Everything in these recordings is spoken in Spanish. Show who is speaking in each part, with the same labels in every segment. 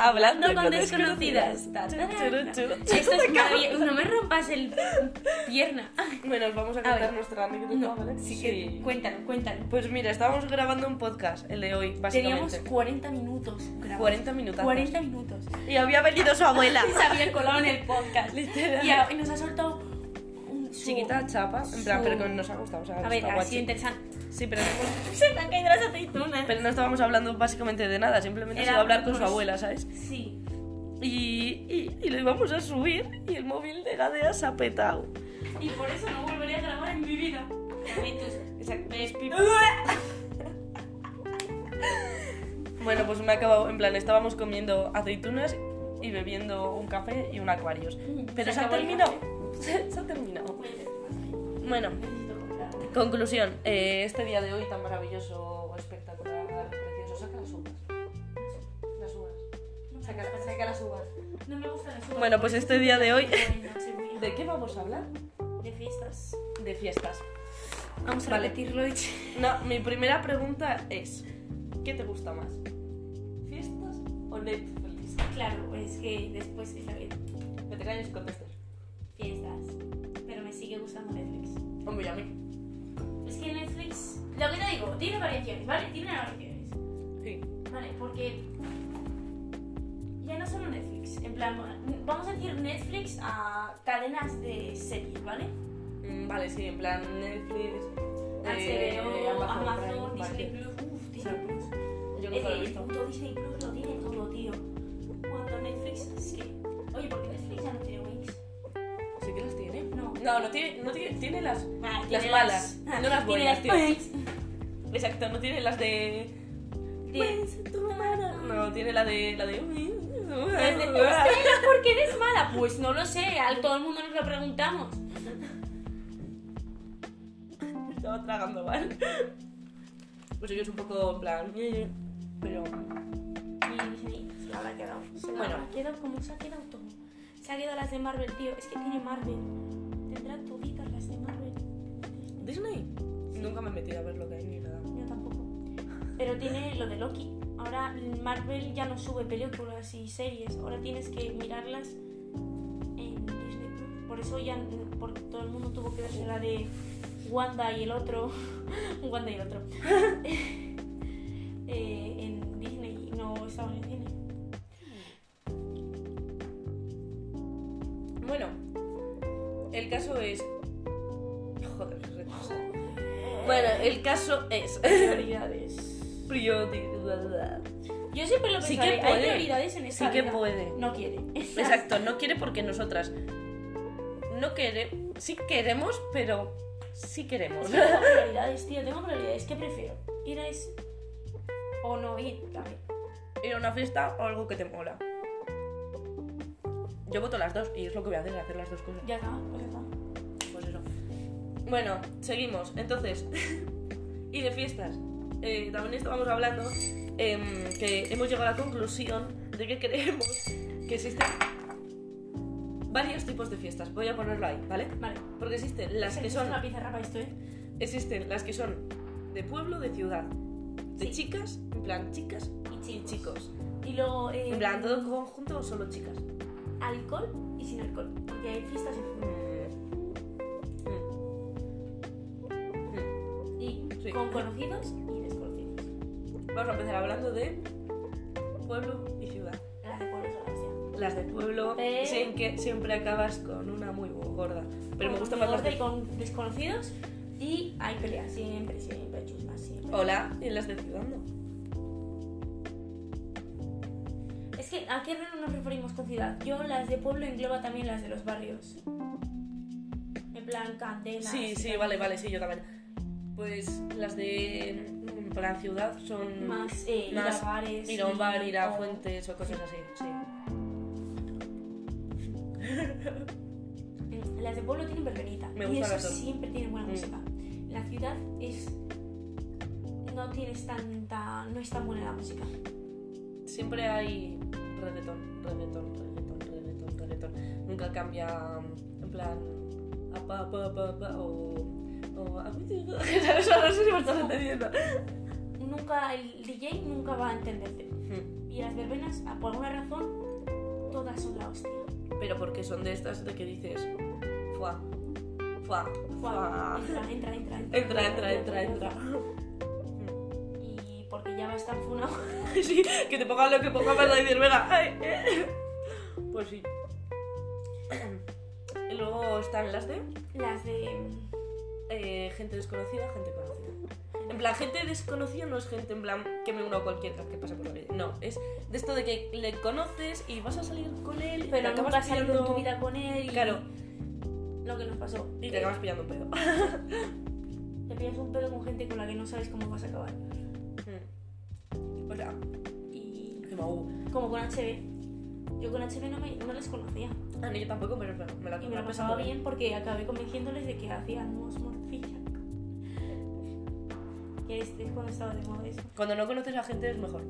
Speaker 1: Hablando
Speaker 2: con desconocidas.
Speaker 1: Tararara.
Speaker 2: Chu, chu, chu.
Speaker 1: Esto es maravilloso. No me rompas el pierna.
Speaker 2: Bueno, vamos a
Speaker 1: ver.
Speaker 2: contar nuestra anécdota,
Speaker 1: No,
Speaker 2: ¿vale?
Speaker 1: sí que cuéntalo, cuéntalo.
Speaker 2: Pues mira, estábamos grabando un podcast, el de hoy,
Speaker 1: Teníamos
Speaker 2: básicamente.
Speaker 1: 40 minutos. grabados.
Speaker 2: 40 minutazos.
Speaker 1: 40 minutos.
Speaker 2: Y había venido su abuela.
Speaker 1: Y se había colado en el podcast.
Speaker 2: Literal.
Speaker 1: Y a- y nos ha soltado un su-
Speaker 2: Chiquita, chapa, en plan,
Speaker 1: su-
Speaker 2: pero que nos ha gustado, o sea,
Speaker 1: A ver,
Speaker 2: está
Speaker 1: así
Speaker 2: guachi.
Speaker 1: interesante.
Speaker 2: Sí, pero, no-
Speaker 1: Se me han caído las aceitunas.
Speaker 2: pero no estábamos hablando básicamente de nada, simplemente se
Speaker 1: Era
Speaker 2: iba a hablar con
Speaker 1: unos-
Speaker 2: su abuela, ¿sabes?
Speaker 1: Sí.
Speaker 2: Y, y, y lo íbamos a subir y el móvil de Gadea se ha petado.
Speaker 1: Y por eso no volveré a grabar en mi vida. ¿Ves, Pipo?
Speaker 2: Bueno, pues me ha acabado, en plan, estábamos comiendo aceitunas y bebiendo un café y un Aquarius. Pero se, ha
Speaker 1: acabó el
Speaker 2: terminado. Se, se ha terminado. Bueno, conclusión. eh, este día de hoy tan maravilloso, espectacular, precioso. Saca las uvas. Las uvas. Saca, saca las uvas.
Speaker 1: No me gusta la suba.
Speaker 2: Bueno, pues este día de hoy...
Speaker 1: De,
Speaker 2: ¿De qué vamos a hablar?
Speaker 1: de fiestas.
Speaker 2: De fiestas.
Speaker 1: Vamos a
Speaker 2: Vale.
Speaker 1: repetirlo. y-
Speaker 2: No, mi primera pregunta es... ¿Qué te gusta más? ¿Fiestas o Netflix?
Speaker 1: Claro, es que después es la vez.
Speaker 2: Que te calles y contestes.
Speaker 1: Fiestas. Pero me sigue gustando Netflix.
Speaker 2: Hombre, a mí.
Speaker 1: Es que Netflix, lo que te digo, tiene variaciones, ¿vale? Tiene variaciones,
Speaker 2: Sí.
Speaker 1: ¿vale? Porque ya no solo Netflix, en plan, vamos a decir Netflix a cadenas de series, ¿vale?
Speaker 2: Mm, Vale, sí, en plan Netflix, eh,
Speaker 1: HBO,
Speaker 2: Prime,
Speaker 1: Ah, Amazon, Eh,
Speaker 2: vale.
Speaker 1: Disney Plus, uff, Disney Plus.
Speaker 2: Yo nunca
Speaker 1: Es
Speaker 2: lo he
Speaker 1: que el
Speaker 2: visto.
Speaker 1: puto Disney Plus lo tiene todo, tío. Cuando Netflix, es que... Oye, ¿por qué Netflix ya no tiene Wings?
Speaker 2: ¿Sí que las tiene?
Speaker 1: No.
Speaker 2: No, no tiene, no tiene, tiene las...
Speaker 1: Ah,
Speaker 2: Las
Speaker 1: tiene
Speaker 2: malas, Ah, no las
Speaker 1: tiene
Speaker 2: buenas,
Speaker 1: las
Speaker 2: tío.
Speaker 1: Wings.
Speaker 2: Exacto, no tiene las de...
Speaker 1: Tiene-
Speaker 2: Pues, No, tiene la de... La de...
Speaker 1: Pues, Estela, ¿por qué eres mala? Pues no lo sé, a todo el mundo nos lo preguntamos.
Speaker 2: Estaba tragando mal. Pues yo es un poco en plan... Pero...
Speaker 1: Y dije, "Ni- se habrá quedado. Se
Speaker 2: Bueno.
Speaker 1: habrá quedado como se ha quedado todo. Se ha quedado las de Marvel, tío. Es que tiene Marvel. Tendrá toditas las de Marvel.
Speaker 2: ¿Disney? Nunca me he metido a ver lo que hay ni nada.
Speaker 1: Yo tampoco. Pero tiene lo de Loki. Ahora Marvel ya no sube películas y series. Ahora tienes que mirarlas en Disney Plus. Por eso ya porque todo el mundo tuvo que verse la de Wanda y el otro. Wanda y el otro. Eh, en Disney y no estaban en cine.
Speaker 2: Bueno, el caso es... Joder, retraso. Bueno, el caso es...
Speaker 1: Prioridades.
Speaker 2: Prioridad.
Speaker 1: Yo siempre lo
Speaker 2: Sí
Speaker 1: pensaré.
Speaker 2: que
Speaker 1: Hay
Speaker 2: puede.
Speaker 1: prioridades en
Speaker 2: Sí
Speaker 1: esta
Speaker 2: que
Speaker 1: vida.
Speaker 2: puede.
Speaker 1: No quiere.
Speaker 2: Exacto, no quiere porque nosotras no quere, sí queremos, pero sí queremos.
Speaker 1: Es que tengo prioridades, tío, tengo prioridades. ¿Qué prefiero? ¿Ir a ese? O no ir también.
Speaker 2: Ir a una fiesta o algo que te mola. Yo voto las dos y es lo que voy a hacer, hacer las dos cosas.
Speaker 1: Ya está, pues ya está.
Speaker 2: Pues eso. Bueno, seguimos. Entonces, y de fiestas. Eh, también estábamos hablando em, que hemos llegado a la conclusión de que creemos que existen varios tipos de fiestas. Voy a ponerlo ahí, ¿vale?
Speaker 1: Vale.
Speaker 2: Porque existen las
Speaker 1: Es
Speaker 2: que
Speaker 1: es
Speaker 2: son
Speaker 1: una pizarra para esto, ¿eh?
Speaker 2: Existen las que son de pueblo, de ciudad, de
Speaker 1: Sí.
Speaker 2: chicas, en plan chicas
Speaker 1: Y
Speaker 2: y chicos.
Speaker 1: Y luego. eh,
Speaker 2: En plan todo conjunto o solo chicas.
Speaker 1: Alcohol y sin alcohol. Porque hay fiestas y
Speaker 2: Mm. Mm. Mm.
Speaker 1: y
Speaker 2: Sí.
Speaker 1: con conocidos y desconocidos.
Speaker 2: Vamos a empezar hablando de pueblo y ciudad.
Speaker 1: Las de pueblos o las de-
Speaker 2: Las de pueblo
Speaker 1: Pero-
Speaker 2: sin que siempre acabas con una muy gorda. Pero me
Speaker 1: con
Speaker 2: gusta más las
Speaker 1: amigos
Speaker 2: de...
Speaker 1: y con desconocidos. Y hay peleas, siempre, siempre, chusmas, siempre.
Speaker 2: Hola, y las de ciudad no.
Speaker 1: Es que a qué no nos referimos con ciudad. Yo las de pueblo engloba también las de los barrios. En plan, candelas.
Speaker 2: Sí,
Speaker 1: y
Speaker 2: sí,
Speaker 1: tal.
Speaker 2: vale, vale, sí, yo también. Pues las de... en plan ciudad son...
Speaker 1: Más, eh, ir a
Speaker 2: Más
Speaker 1: bares.
Speaker 2: Ir a un bar, ir a
Speaker 1: o-
Speaker 2: fuentes o cosas así, sí.
Speaker 1: Las de pueblo tienen verbenita.
Speaker 2: Me
Speaker 1: y
Speaker 2: gustan
Speaker 1: eso
Speaker 2: las dos.
Speaker 1: siempre tiene buena
Speaker 2: Mm.
Speaker 1: música. La ciudad es. No tienes tanta. No es tan buena la música.
Speaker 2: Siempre hay reggaetón, reggaetón, reggaetón, reggaetón, reggaetón. Nunca cambia, um, en plan, a pa, pa, pa, pa, o... o a- ¿Sabes? No sé si me estás entendiendo.
Speaker 1: Nunca. El DJ nunca va a entenderte.
Speaker 2: Mm.
Speaker 1: Y las verbenas, ah, por alguna razón, todas son la hostia.
Speaker 2: Pero porque son de estas de que dices. Fua. Fua.
Speaker 1: Guau,
Speaker 2: Fua.
Speaker 1: Entra, entra, entra, entra.
Speaker 2: Entra, entra, entra, entra.
Speaker 1: Y porque ya vas tan funado.
Speaker 2: Sí, que te pongan lo que pongan para decir, venga. ay, eh". Pues sí. Y luego están las de
Speaker 1: Las de.
Speaker 2: eh, gente desconocida, gente conocida. En plan, gente desconocida no es gente en plan que me uno a cualquiera que pase por la calle. No, es de esto de que le conoces y vas a salir con él. y te
Speaker 1: Pero
Speaker 2: acabas
Speaker 1: nunca has salido en
Speaker 2: pillando-
Speaker 1: tu vida con él. Y
Speaker 2: Claro,
Speaker 1: Lo que nos pasó.
Speaker 2: y te
Speaker 1: Que
Speaker 2: acabas pillando un pedo.
Speaker 1: Te pillas un pedo con gente con la que no sabes cómo vas a acabar.
Speaker 2: O sea,
Speaker 1: Y.
Speaker 2: encima, uh,
Speaker 1: Como con HB. Yo con HB no, me, no les conocía.
Speaker 2: a mí yo tampoco, pero bueno, me la
Speaker 1: Y me
Speaker 2: la
Speaker 1: lo
Speaker 2: he
Speaker 1: pasaba
Speaker 2: pasado
Speaker 1: bien porque acabé convenciéndoles de que hacíamos morcilla. Y es, es cuando estaba de moda eso.
Speaker 2: Cuando no conoces a gente es mejor.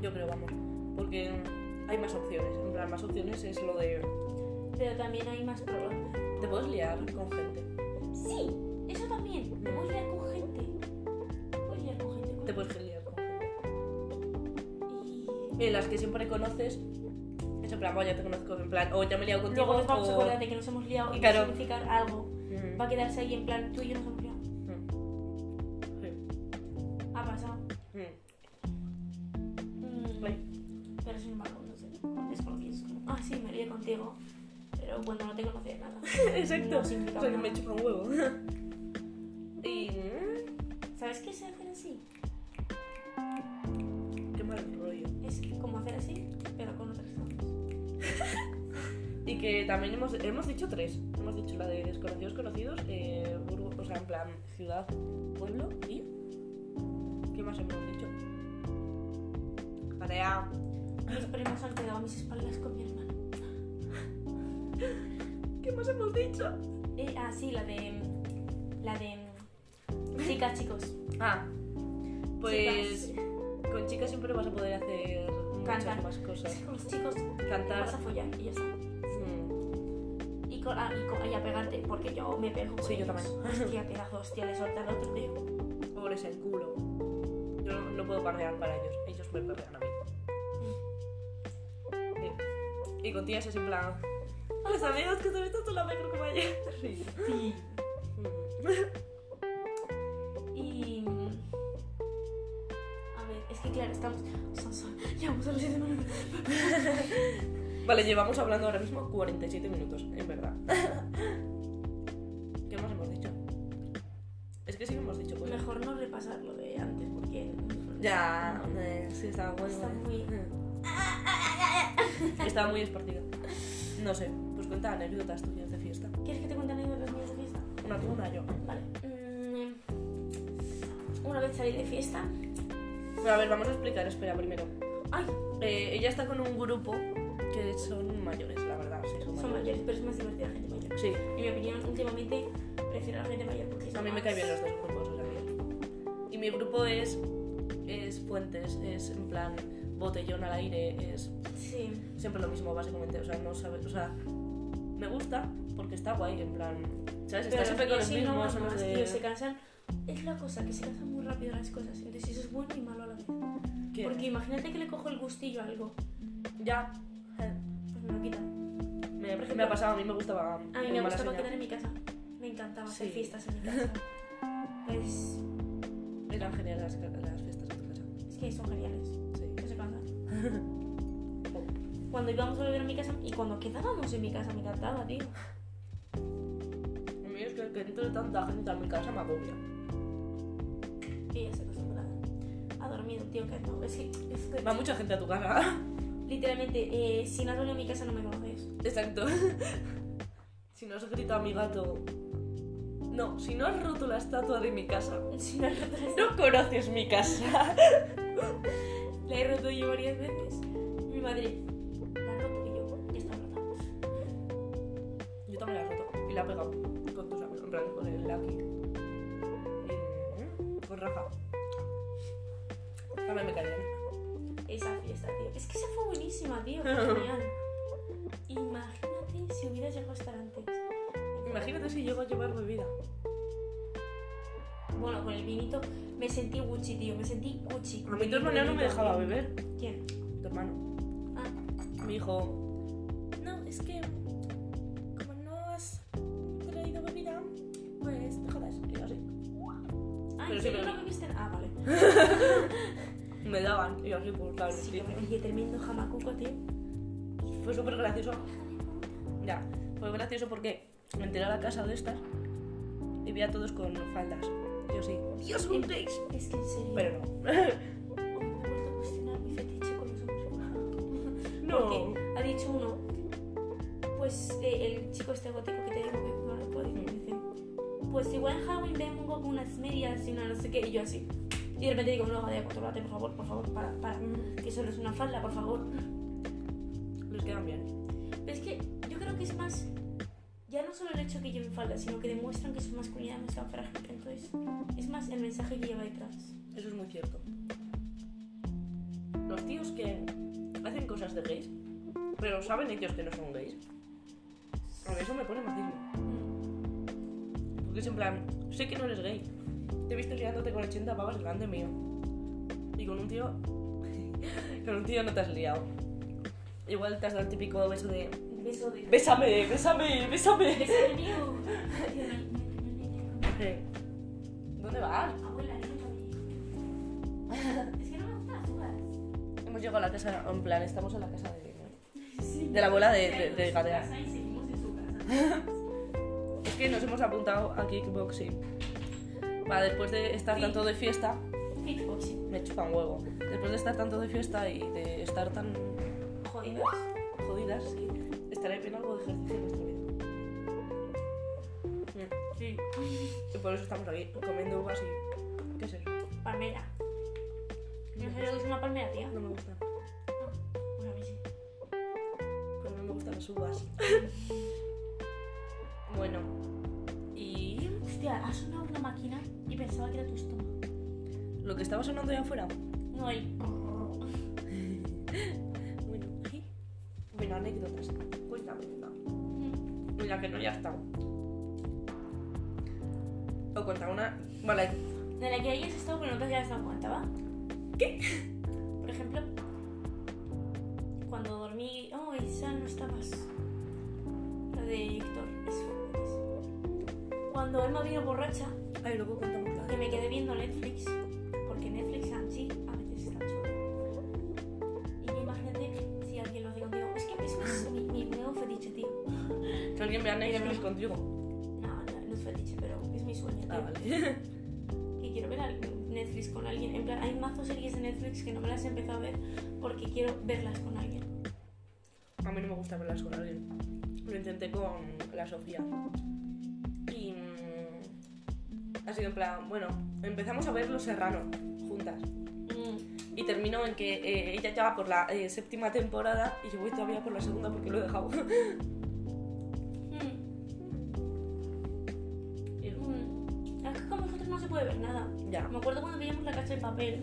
Speaker 2: Yo creo, vamos. Porque hay más opciones. En plan, más opciones es lo de.
Speaker 1: Pero también hay más problemas.
Speaker 2: Te puedes liar con gente.
Speaker 1: Sí, eso también. Me voy a liar con gente. Me voy a liar con gente. con-
Speaker 2: Te puedes liar con gente.
Speaker 1: Y
Speaker 2: Y las que siempre conoces, es en plan, vaya, te conozco. En plan, o ya me he liado contigo.
Speaker 1: luego nos vamos a
Speaker 2: o-
Speaker 1: acordar de que nos hemos liado y
Speaker 2: Claro.
Speaker 1: va a significar algo.
Speaker 2: Mm.
Speaker 1: Va a quedarse ahí en plan, tú y yo nos hemos liado.
Speaker 2: Mm. Sí.
Speaker 1: Ha pasado.
Speaker 2: Mm.
Speaker 1: Mm,
Speaker 2: Ay.
Speaker 1: pero soy un bajón, no sé. Desconfieso. Ah, sí, me lié contigo. Pero cuando no te conocía nada.
Speaker 2: Exacto.
Speaker 1: No significa
Speaker 2: o sea, que
Speaker 1: nada.
Speaker 2: me chupa un huevo. y. mm,
Speaker 1: ¿Sabes qué es hacer así?
Speaker 2: Qué mal rollo.
Speaker 1: Es como hacer así, pero con otras cosas.
Speaker 2: Y que también hemos, hemos dicho tres. Hemos dicho la de desconocidos conocidos, eh, burgo, o sea, en plan ciudad, pueblo y... ¿Qué más hemos dicho? Tarea.
Speaker 1: Mis primos han quedado a mis espaldas con mi hermano.
Speaker 2: ¿Qué más hemos dicho?
Speaker 1: Eh, ah, sí, la de. La de. mm, Chicas, chicos.
Speaker 2: Ah, pues
Speaker 1: Chicas.
Speaker 2: con chicas siempre vas a poder hacer muchas
Speaker 1: Cantar.
Speaker 2: más cosas.
Speaker 1: Con los chicos vas a
Speaker 2: Cantar.
Speaker 1: follar y ya está.
Speaker 2: mm,
Speaker 1: Y, con, ah, y, con- y a pegarte, porque yo me pego. con
Speaker 2: Sí, yo
Speaker 1: ellos.
Speaker 2: también.
Speaker 1: Hostia, pedazo, hostia, le solta al otro, tío.
Speaker 2: Pobres el culo. Yo no, no puedo parrear para ellos, ellos me parrean a mí. Sí. Y con tías es en plan... Los amigos que se visto tú la mejor como ayer. Mm. Sí.
Speaker 1: Sí. Y. A ver, es que claro, estamos. Son, son, llevamos a los 7 minutos.
Speaker 2: Vale, llevamos hablando ahora mismo 47 minutos, en verdad. ¿Qué más hemos dicho? Es que sí que hemos dicho cosas.
Speaker 1: Mejor no repasar lo de antes, porque.
Speaker 2: Ya, eh, sí, estaba muy...
Speaker 1: Está muy- Ah,
Speaker 2: Estaba muy espartida. No sé, pues cuenta anécdotas tuyas de fiesta.
Speaker 1: ¿Quieres que te cuente anécdotas mías de fiesta?
Speaker 2: Una tú, una yo.
Speaker 1: Vale. Mm, Una vez salí de fiesta.
Speaker 2: Pero a ver, vamos a explicar, espera, primero.
Speaker 1: ¡Ay!
Speaker 2: Eh, ella está con un grupo que son mayores, la verdad, sí, son
Speaker 1: Son
Speaker 2: mayores.
Speaker 1: mayores, pero es más divertida la gente mayor.
Speaker 2: Sí,
Speaker 1: En mi opinión, últimamente prefiero a la gente mayor porque es
Speaker 2: A mí me
Speaker 1: más-
Speaker 2: caen bien los dos grupos, o sea que- Y mi grupo es. es puentes, es en plan botellón al aire, es
Speaker 1: Sí.
Speaker 2: siempre lo mismo básicamente, o sea, no sabes, o sea, me gusta porque está guay, en plan, ¿sabes? Está
Speaker 1: Pero
Speaker 2: siempre con
Speaker 1: los
Speaker 2: los
Speaker 1: tíos sí, no
Speaker 2: mismos,
Speaker 1: van
Speaker 2: somos
Speaker 1: más,
Speaker 2: de...
Speaker 1: tío, se cansan. Es la cosa, que se cansan muy rápido las cosas. Entonces eso es bueno y malo a la vez.
Speaker 2: ¿Qué?
Speaker 1: Porque imagínate que le cojo el gustillo a algo.
Speaker 2: Ya,
Speaker 1: Pues me lo quitan.
Speaker 2: me, me ha pasado, a mí me gustaba...
Speaker 1: A mí me gustaba quedar en mi casa. Me encantaba hacer
Speaker 2: Sí.
Speaker 1: fiestas en mi casa. Pues
Speaker 2: Eran geniales las, las fiestas en tu casa,
Speaker 1: es que son geniales.
Speaker 2: sí.
Speaker 1: No se cansan. Cuando íbamos a beber a mi casa y cuando quedábamos en mi casa me encantaba, tío.
Speaker 2: A mí es que, que entre tanta gente a mi casa me agobia.
Speaker 1: Y ya se acostumbraba. Ha dormido, tío, que no. Es que, es que-
Speaker 2: Va mucha gente a tu casa.
Speaker 1: literalmente, eh, si no has venido a mi casa no me conoces.
Speaker 2: Exacto. si no has gritado a mi gato. No, si no has roto la estatua de mi casa.
Speaker 1: Si no has roto la
Speaker 2: No conoces mi casa.
Speaker 1: La he roto yo varias veces. Mi madre la he roto y yo ya está rota.
Speaker 2: Yo también la he roto. Y la he pegado. Con tus amigos. En plan, con el Lucky. Y- Con Rafa. También me ¿eh? cae bien.
Speaker 1: Esa fiesta, tío. Es que esa fue buenísima, tío. Fue genial. Imagínate si hubiera llegado a estar antes.
Speaker 2: Imagínate si llego a llevar bebida.
Speaker 1: Bueno, con el vinito me sentí Gucci, tío. Me sentí Gucci.
Speaker 2: A mí, de todas maneras, no me dejaba beber.
Speaker 1: ¿Quién?
Speaker 2: hermano.
Speaker 1: Ah,
Speaker 2: Me dijo, no, es que como no has traído bebida, pues te jodas. Y yo así,
Speaker 1: ah
Speaker 2: Pero
Speaker 1: ¿en
Speaker 2: sí,
Speaker 1: serio
Speaker 2: pero-
Speaker 1: no bebiste? Ah, vale.
Speaker 2: me daban. Y yo así, pues claro,
Speaker 1: Sí,
Speaker 2: sí.
Speaker 1: pero- oye, tremendo jamacuco, tío.
Speaker 2: Fue súper gracioso. Ya, fue gracioso porque me enteré a la casa de estas y vi a todos con faldas. Yo sí, Dios, un gays.
Speaker 1: Es que en serio.
Speaker 2: Pero no.
Speaker 1: Hoy me he vuelto a cuestionar mi fetiche con los hombres.
Speaker 2: No.
Speaker 1: Porque ha dicho uno, pues eh, el chico este gótico que te digo que no lo puedo decir, dice, pues igual en Halloween vengo con unas medias y una no sé qué, y yo así. Y de repente digo, no, Gadea, controlate, por favor, por favor, para, para, que eso no es una falda, por favor.
Speaker 2: Les quedan bien.
Speaker 1: Pero es que yo creo que es más, ya no solo el hecho que lleven falda, sino que demuestran que su masculinidad no es tan frágil. Entonces, es más el mensaje que lleva detrás.
Speaker 2: Eso es muy cierto. Los tíos que hacen cosas de gays, pero saben ellos que no son gays. A mí eso me pone machismo. Porque es en plan, sé que no eres gay. Te he visto liándote con 80 pavas delante mío. Y con un tío. con un tío no te has liado. Igual te has dado el típico beso de.
Speaker 1: Beso de...
Speaker 2: Bésame, bésame, bésame.
Speaker 1: Beso de mío.
Speaker 2: Eh, ¿Dónde vas?
Speaker 1: Abuela, Es que no me gustan las uvas.
Speaker 2: Hemos llegado a la casa, en plan, estamos en la casa de. De la abuela de- de- de Gadea.
Speaker 1: Y seguimos en su casa.
Speaker 2: Es que nos hemos apuntado a kickboxing. Para después de estar
Speaker 1: Sí.
Speaker 2: tanto de fiesta,
Speaker 1: Kickboxing.
Speaker 2: me chupa un huevo. Después de estar tanto de fiesta y de estar tan
Speaker 1: Jodidas.
Speaker 2: jodidas, sí, estaré bien algo de ejercicio en nuestra vida. Sí. Y por eso estamos aquí, comiendo uvas y. ¿Qué sé?
Speaker 1: Palmera. ¿No sé lo que es una palmera, tía?
Speaker 2: No me gustan.
Speaker 1: Pues a mí sí.
Speaker 2: Pero no me gustan las uvas. bueno. Y.
Speaker 1: Hostia, ha sonado una máquina y pensaba que era tu estómago.
Speaker 2: Lo que estaba sonando allá afuera.
Speaker 1: No, el.
Speaker 2: Bueno, ay. Bueno, anécdotas. Cuéntame, venga. Y la que no ya está. O contra una. Vale,
Speaker 1: De la que hayas estado, pero no te hayas dado cuenta, ¿va? ¿Qué? Por ejemplo, cuando dormí. Oh, Isa, no estabas. Lo de Héctor, eso es. Cuando Emma vino borracha,
Speaker 2: ay, luego contamos la
Speaker 1: que me quedé viendo Netflix, porque Netflix and chill a veces está chulo. Y imagínate si alguien lo hace contigo. Es que eso es mi, mi nuevo fetiche, tío.
Speaker 2: Que alguien vea Netflix contigo.
Speaker 1: No, no, no es fetiche, pero es mi sueño, tío.
Speaker 2: Ah, vale.
Speaker 1: que quiero ver al- Netflix con alguien. En plan, hay mazos series de Netflix que no me las he empezado a ver porque quiero verlas con alguien.
Speaker 2: A mí no me gusta verlas con alguien. Lo intenté con la Sofía. Y. mm, Ha sido en plan. Bueno, empezamos a ver Los Serrano juntas.
Speaker 1: Mm,
Speaker 2: Y terminó en que eh, ella ya va por la eh, séptima temporada y yo voy todavía por la segunda porque lo he dejado.
Speaker 1: Mm,
Speaker 2: Y-
Speaker 1: mm. Es que con nosotros no se puede ver nada.
Speaker 2: ya.
Speaker 1: Me acuerdo cuando veíamos la casa de papel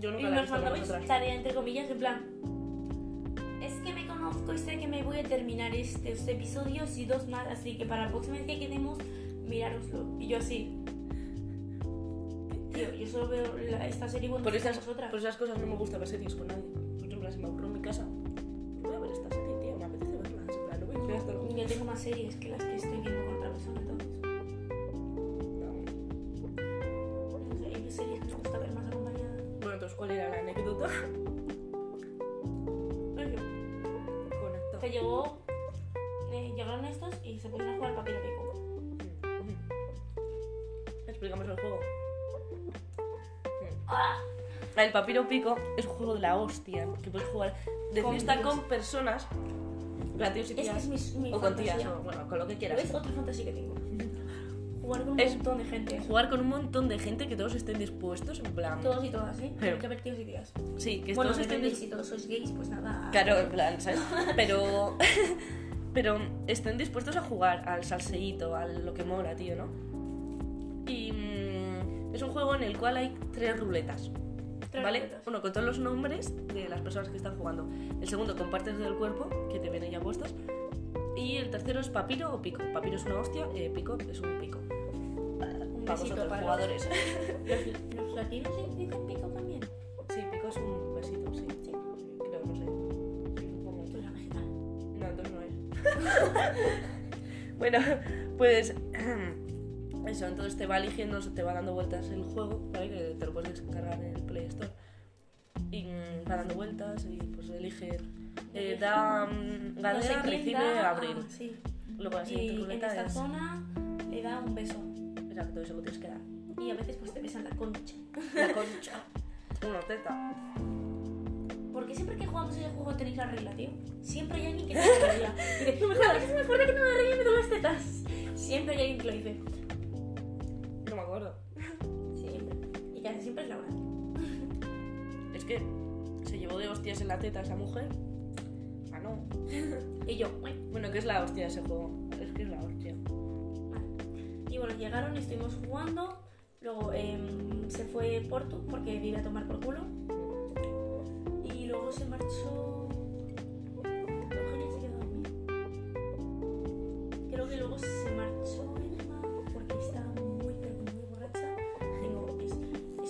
Speaker 2: Yo
Speaker 1: y
Speaker 2: nunca la he visto
Speaker 1: nos
Speaker 2: con
Speaker 1: mandabais
Speaker 2: vosotras.
Speaker 1: tarea entre comillas en plan. Es que me conozco y sé que me voy a terminar este, este episodio y dos más, así que para la próxima vez que quedemos, mirároslo. Y yo así. Tío, yo solo veo la- esta serie cuando
Speaker 2: Por
Speaker 1: estáis
Speaker 2: esas,
Speaker 1: vosotras.
Speaker 2: por esas cosas no me gusta ver series con nadie. Por ejemplo, si me aburro en mi casa, voy a ver esta serie, tío, me apetece verla. En plan, no voy a esperar hasta luego.
Speaker 1: Yo tengo más series que las que estoy viendo con otra persona, entonces.
Speaker 2: No.
Speaker 1: No sé, hay series que me gusta ver más acompañada.
Speaker 2: Bueno, entonces, ¿cuál era la anécdota?
Speaker 1: Te
Speaker 2: Conecta.
Speaker 1: llegó. eh, llegaron estos y se pusieron a jugar papel a pico.
Speaker 2: Explicamos el juego. Ah, El papiro pico es un juego de la hostia, que puedes jugar de
Speaker 1: Con
Speaker 2: fiesta
Speaker 1: tíos.
Speaker 2: con personas, con tíos y
Speaker 1: Es que
Speaker 2: tías,
Speaker 1: es mi, mi
Speaker 2: o con
Speaker 1: fantasía.
Speaker 2: tías, o bueno, con lo que quieras.
Speaker 1: ¿Ves? Otra fantasía que tengo. Jugar con un
Speaker 2: Es-
Speaker 1: montón de gente.
Speaker 2: Jugar con un montón de gente que todos estén dispuestos, en plan...
Speaker 1: Todos y todas, ¿eh?
Speaker 2: Pero-
Speaker 1: Hay que ver tíos y tías.
Speaker 2: Sí, que
Speaker 1: Bueno,
Speaker 2: todos
Speaker 1: si
Speaker 2: estén
Speaker 1: tenéis-
Speaker 2: dispuestos.
Speaker 1: si todos sois gays, pues nada.
Speaker 2: Claro, en plan, ¿sabes? Pero, pero estén dispuestos a jugar al salseíto, a lo que mola, tío, ¿no? Y mm, es un juego en el cual hay tres ruletas,
Speaker 1: Tres
Speaker 2: ¿vale?
Speaker 1: ruletas.
Speaker 2: Uno con todos los nombres de las personas que están jugando. El segundo con partes del cuerpo que te vienen ya puestas. Y el tercero es papiro o pico. Papiro es una hostia, eh, pico es un pico.
Speaker 1: Un
Speaker 2: Para
Speaker 1: besito
Speaker 2: vosotros,
Speaker 1: para
Speaker 2: jugadores.
Speaker 1: Los, los latinos sí dicen pico también.
Speaker 2: Sí, pico es un besito, sí.
Speaker 1: Sí.
Speaker 2: Creo bueno, pues eso, entonces te va eligiendo, se te va dando vueltas el juego, ¿vale? Que te lo puedes descargar en el Play Store. Y mm, va dando vueltas y pues elige. eh, da. mm,
Speaker 1: No sé
Speaker 2: Galera,
Speaker 1: quién
Speaker 2: recibe,
Speaker 1: da-
Speaker 2: abrir.
Speaker 1: ah, sí.
Speaker 2: Luego la
Speaker 1: Y
Speaker 2: siguiente
Speaker 1: en
Speaker 2: ruleta
Speaker 1: esta
Speaker 2: es.
Speaker 1: zona le da un beso.
Speaker 2: Exacto, eso lo tienes que dar.
Speaker 1: Y a veces pues te besan la concha.
Speaker 2: La concha. Una teta.
Speaker 1: Porque siempre que jugamos ese juego tenéis la regla, tío. Siempre hay alguien que tiene la regla. Dice, no, es que se me acuerda que no la regla y me doy las tetas. Siempre hay alguien que lo dice.
Speaker 2: No me acuerdo.
Speaker 1: Siempre. Y casi siempre es Laura.
Speaker 2: Es que se llevó de hostias en la teta esa mujer. Ah, no.
Speaker 1: Y yo, bueno.
Speaker 2: Bueno, que es la hostia ese juego. Es que es la hostia.
Speaker 1: Vale. Y bueno, llegaron, estuvimos jugando. Luego em, se fue Portu porque vive a tomar por culo. Y luego se marchó. Eugenia se quedó dormida. Creo que luego se marchó Emma porque está muy, pero que muy borracha. Tengo, es,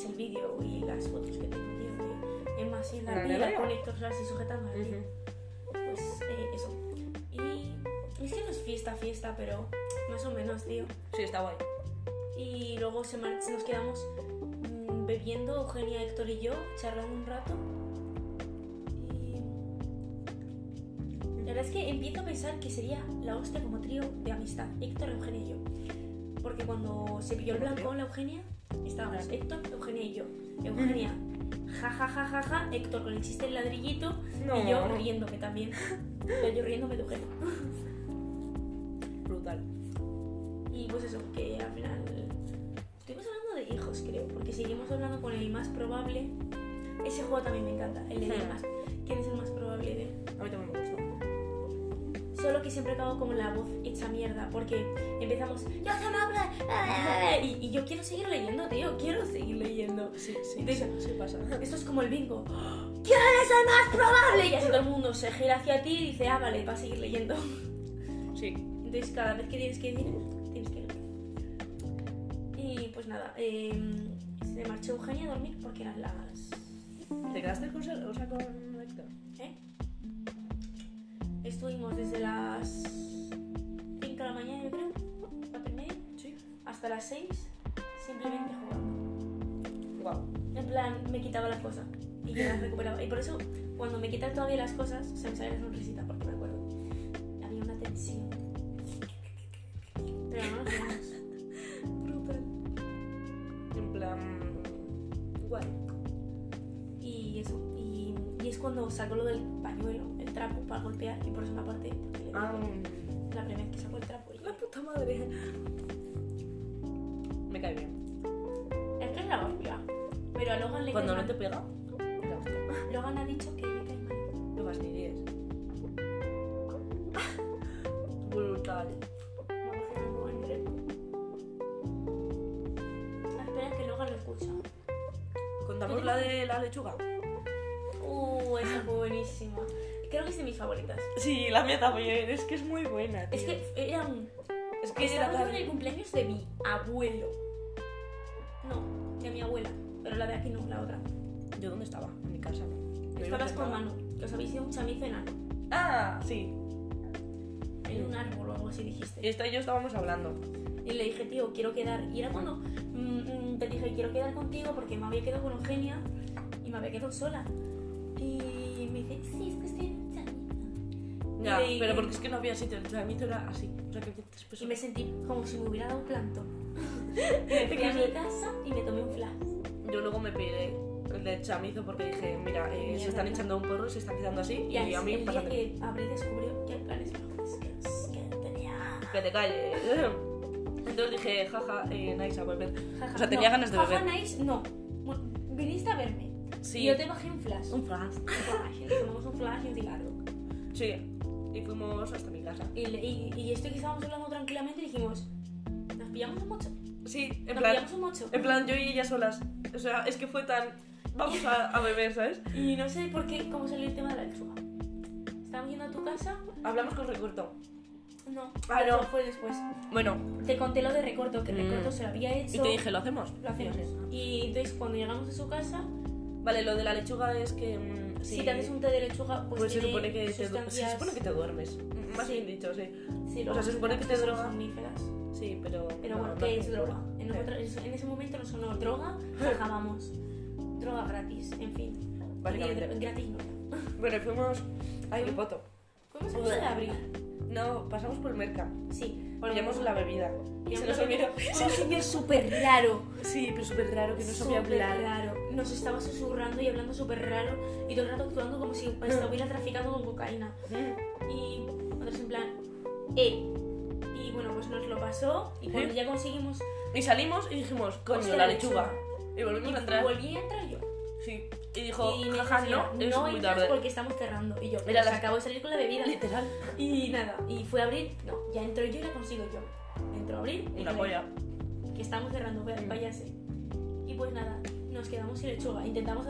Speaker 1: es el vídeo y las fotos que tengo, tío, de Emma así en
Speaker 2: ¿La
Speaker 1: la pila
Speaker 2: nevera?
Speaker 1: con Héctor Sars y sujetando la tía. Pues eh, eso. Y es que no es fiesta, fiesta, pero más o menos, tío.
Speaker 2: Sí, está guay.
Speaker 1: Y luego se mar- nos quedamos mm, bebiendo, Eugenia, Héctor y yo, charlando un rato. Y la verdad es que empiezo a pensar que sería la hostia como trío de amistad, Héctor, Eugenia y yo. Porque cuando se pilló el
Speaker 2: ¿Como
Speaker 1: blanco,
Speaker 2: trío?
Speaker 1: la Eugenia, estábamos
Speaker 2: Claro.
Speaker 1: Héctor, Eugenia y yo. Eugenia, ja, ja, ja, ja, ja, Héctor con el chiste del ladrillito y yo riéndome también. Pero yo riéndome de Eugenia.
Speaker 2: Brutal.
Speaker 1: Y pues eso, que al final estuvimos hablando de hijos, creo, porque seguimos hablando con el más probable. Ese juego también me encanta, el de
Speaker 2: Sí.
Speaker 1: el más. ¿Quién es el más probable de?
Speaker 2: A mí también me gusta.
Speaker 1: Solo que siempre acabo como la voz hecha mierda, porque empezamos, ¡Ya se me habla! ah", Y, y yo quiero seguir leyendo, tío, quiero seguir leyendo.
Speaker 2: Sí,
Speaker 1: Y
Speaker 2: sí,
Speaker 1: te-
Speaker 2: sí, sí pasa.
Speaker 1: Esto es como el bingo. "¡Ah! ¿Quién es el más probable? Y así todo el mundo se gira hacia ti y dice, ah, vale, para seguir leyendo.
Speaker 2: Sí.
Speaker 1: Entonces cada vez que tienes que ir, tienes que ir. Y pues nada, em, se marchó Eugenia a dormir porque eran las...
Speaker 2: ¿Te quedaste con, Ser- o sea, con Héctor?
Speaker 1: ¿eh? Estuvimos desde las 5 de la mañana, yo creo, 4 y media,
Speaker 2: Sí.
Speaker 1: hasta las 6, simplemente jugando.
Speaker 2: Guau.
Speaker 1: En plan, me quitaba las cosas y yo las recuperaba. Y por eso, cuando me quitan todavía las cosas, se me sale la sonrisita porque me acuerdo. Había una tensión. Pero no nos vemos.
Speaker 2: Brutal. En plan. Guay.
Speaker 1: Y eso, y, y es cuando saco lo del pañuelo, el trapo para golpear, y por eso me aparté. porque le- La primera vez que saco el trapo. Y,
Speaker 2: Em, la puta madre. Me cae bien.
Speaker 1: es que es la hostia. Pero a Logan le
Speaker 2: Cuando
Speaker 1: cae
Speaker 2: no te
Speaker 1: mal.
Speaker 2: pega, la hostia.
Speaker 1: Logan ha dicho que le cae mal.
Speaker 2: No fastidies. Brutal.
Speaker 1: Me ha cogido un buen reto. Espera que Logan lo escucha.
Speaker 2: ¿Contamos la de la lechuga?
Speaker 1: Uh, esa fue buenísima. Creo que es de mis favoritas.
Speaker 2: Sí, la mía también. Es que es muy buena.
Speaker 1: Es que era un.
Speaker 2: es que era
Speaker 1: Estaba en el
Speaker 2: tan...
Speaker 1: cumpleaños de mi abuelo. No, de mi abuela. Pero la de aquí no, la otra.
Speaker 2: ¿Yo dónde estaba? En mi casa.
Speaker 1: Estabas con
Speaker 2: mano.
Speaker 1: Manu, que os habéis ido a un chamizo enano.
Speaker 2: Ah, sí.
Speaker 1: en un árbol o algo así
Speaker 2: Y
Speaker 1: dijiste.
Speaker 2: esto y yo estábamos hablando.
Speaker 1: Y le dije, tío, quiero quedar. Y era cuando mm, mm, te dije, quiero quedar contigo porque me había quedado con Eugenia y me había quedado sola. Y me dice, sí, es que estoy en un chamito".
Speaker 2: Ya,
Speaker 1: Y-
Speaker 2: pero porque es que no había sitio. El tramito era así. O sea, que después...
Speaker 1: Y me sentí como si me hubiera dado un plantón. Y me fui a mi casa y me tomé un flash.
Speaker 2: Yo luego me pillé el de chamizo porque dije, mira, eh, se
Speaker 1: Mierda.
Speaker 2: están hinchando un porro, se están quedando así. "Eh". Y,
Speaker 1: Y así,
Speaker 2: a mí,
Speaker 1: el día
Speaker 2: pásate.
Speaker 1: que Abril descubrió que hay planes mejores que los que tenía.
Speaker 2: Que te calles. Entonces dije, jaja, eh, nice a volver.
Speaker 1: Jaja,
Speaker 2: O sea, tenía
Speaker 1: no,
Speaker 2: ganas de
Speaker 1: jaja,
Speaker 2: beber.
Speaker 1: nice, no. Bueno, Viniste a verme.
Speaker 2: Sí.
Speaker 1: Y yo te bajé un flash.
Speaker 2: Un flash.
Speaker 1: Un flash. y nos tomamos un flash y un cigarro.
Speaker 2: Sí. Y fuimos hasta mi casa.
Speaker 1: Y, le- y, y esto que estábamos hablando tranquilamente dijimos, nos pillamos un mocho,
Speaker 2: Sí, en
Speaker 1: nos
Speaker 2: plan,
Speaker 1: pillamos un mocho.
Speaker 2: en plan, yo y ella solas. O sea, es que fue tan. Vamos a, a beber, ¿sabes?
Speaker 1: Y no sé por qué, cómo salió el tema de la lechuga. ¿Estábamos yendo a tu casa?
Speaker 2: Hablamos con recorto.
Speaker 1: No,
Speaker 2: Ah,
Speaker 1: pero
Speaker 2: no.
Speaker 1: fue después.
Speaker 2: Bueno,
Speaker 1: Te conté lo de recorto, que
Speaker 2: Mm.
Speaker 1: recorto se lo había hecho.
Speaker 2: y te dije, ¿lo hacemos?
Speaker 1: lo hacemos. Y entonces cuando llegamos a su casa,
Speaker 2: Vale, lo de la lechuga es que. mm,
Speaker 1: Si te haces un té de lechuga, pues,
Speaker 2: Pues se
Speaker 1: tiene
Speaker 2: supone que te, du- se
Speaker 1: sustancias-
Speaker 2: supone que te duermes. Más
Speaker 1: Sí.
Speaker 2: bien dicho, Mm, sí.
Speaker 1: sí,
Speaker 2: o sea, se supone que te
Speaker 1: son
Speaker 2: droga.
Speaker 1: somníferas.
Speaker 2: Sí, pero.
Speaker 1: Pero
Speaker 2: no,
Speaker 1: bueno,
Speaker 2: no
Speaker 1: ¿qué
Speaker 2: hace
Speaker 1: es
Speaker 2: ninguna.
Speaker 1: droga? En,
Speaker 2: Sí.
Speaker 1: nosotros- en ese momento no sonó droga, acabamos. droga gratis, en fin.
Speaker 2: Básicamente.
Speaker 1: Y Gratis no.
Speaker 2: Bueno, fuimos a Ilipoto.
Speaker 1: ¿Fuimos al 11 de abril?
Speaker 2: No, pasamos por el mercado.
Speaker 1: Sí.
Speaker 2: Pillamos la bebida. Y se
Speaker 1: Pillamos
Speaker 2: nos
Speaker 1: la
Speaker 2: olvidó.
Speaker 1: Fue un señor súper raro.
Speaker 2: Sí, pero súper raro que no sabía
Speaker 1: Súper
Speaker 2: hablar.
Speaker 1: raro. Nos estaba susurrando y hablando súper raro y todo el rato actuando como si estuviera traficando con cocaína.
Speaker 2: Mm.
Speaker 1: Y otros en plan, ¡eh! Y bueno, pues nos lo pasó y cuando
Speaker 2: Ujú.
Speaker 1: ya conseguimos...
Speaker 2: Y salimos y dijimos, coño,
Speaker 1: Hostia,
Speaker 2: la
Speaker 1: la
Speaker 2: lechuga. Y volvimos a entrar.
Speaker 1: Volví a entrar yo.
Speaker 2: Sí. Y dijo,
Speaker 1: y me dijo,
Speaker 2: jaja,
Speaker 1: "Señora,
Speaker 2: no, es muy
Speaker 1: entras
Speaker 2: tarde.
Speaker 1: porque estamos cerrando. Y yo,
Speaker 2: Era
Speaker 1: pero
Speaker 2: las-
Speaker 1: se acabo de salir con la bebida.
Speaker 2: Literal.
Speaker 1: Y nada, y fue a abrir, no, ya entro yo y la consigo yo. Entro a abrir y
Speaker 2: Una
Speaker 1: que-
Speaker 2: polla.
Speaker 1: Que estamos cerrando, vaya-
Speaker 2: Mm.
Speaker 1: váyase. Y pues nada, nos quedamos sin lechuga. Intentamos,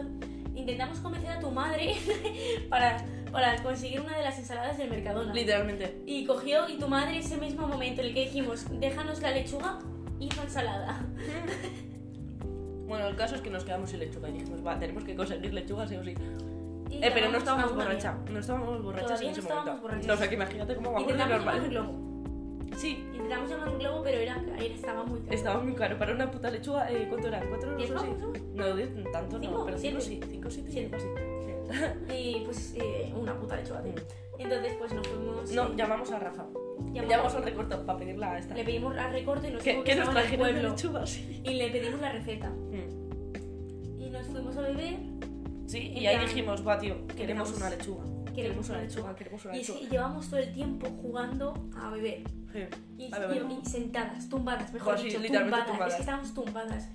Speaker 1: intentamos convencer a tu madre para, para conseguir una de las ensaladas del Mercadona.
Speaker 2: Literalmente.
Speaker 1: Y cogió y tu madre ese mismo momento en el que dijimos, déjanos la lechuga, hizo ensalada.
Speaker 2: Bueno, el caso es que nos quedamos sin lechuga y dijimos, va, tenemos que conseguir lechuga sí o sí.
Speaker 1: Y
Speaker 2: Eh, pero no
Speaker 1: llamamos a
Speaker 2: estábamos
Speaker 1: una
Speaker 2: borrachas. No estábamos borrachas
Speaker 1: Todavía
Speaker 2: en ese
Speaker 1: no estábamos
Speaker 2: momento.
Speaker 1: borrachas.
Speaker 2: No, o sea, que imagínate cómo vamos a
Speaker 1: amiga. Intentamos llamar un
Speaker 2: normal.
Speaker 1: globo.
Speaker 2: Sí,
Speaker 1: Intentamos llamar un globo, pero era, era- estaba muy caro.
Speaker 2: estaba muy caro. Para una puta lechuga, eh, ¿cuánto era? ¿Cuatro euros
Speaker 1: ¿Diez
Speaker 2: o así?
Speaker 1: pavos,
Speaker 2: No, diez, tanto no,
Speaker 1: Cinco,
Speaker 2: pero cinco sí.
Speaker 1: siete.
Speaker 2: Cinco, siete, y
Speaker 1: Siete.
Speaker 2: algo así.
Speaker 1: Y pues eh, una puta lechuga, tío. Entonces pues nos fuimos...
Speaker 2: No,
Speaker 1: eh,
Speaker 2: llamamos a Rafa.
Speaker 1: llamamos-
Speaker 2: Llamamos al recorto para pedirla a esta.
Speaker 1: Le pedimos a recorte y nos
Speaker 2: Que,
Speaker 1: dijo
Speaker 2: que nos
Speaker 1: estaba en el
Speaker 2: trajeron de
Speaker 1: pueblo.
Speaker 2: lechuga, sí. Mm.
Speaker 1: Y le pedimos la receta. Y nos fuimos a beber.
Speaker 2: Sí, y
Speaker 1: Y
Speaker 2: ahí
Speaker 1: ya.
Speaker 2: dijimos, va, tío, queremos
Speaker 1: Queremos-
Speaker 2: una lechuga.
Speaker 1: queremos una
Speaker 2: queremos una
Speaker 1: Y es
Speaker 2: lechuga.
Speaker 1: que llevamos todo el tiempo jugando a beber.
Speaker 2: Sí,
Speaker 1: Y,
Speaker 2: A beber.
Speaker 1: y- y sentadas, tumbadas, mejor
Speaker 2: Joder, sí,
Speaker 1: dicho,
Speaker 2: literalmente
Speaker 1: tumbadas.
Speaker 2: tumbadas.
Speaker 1: Es que estábamos tumbadas.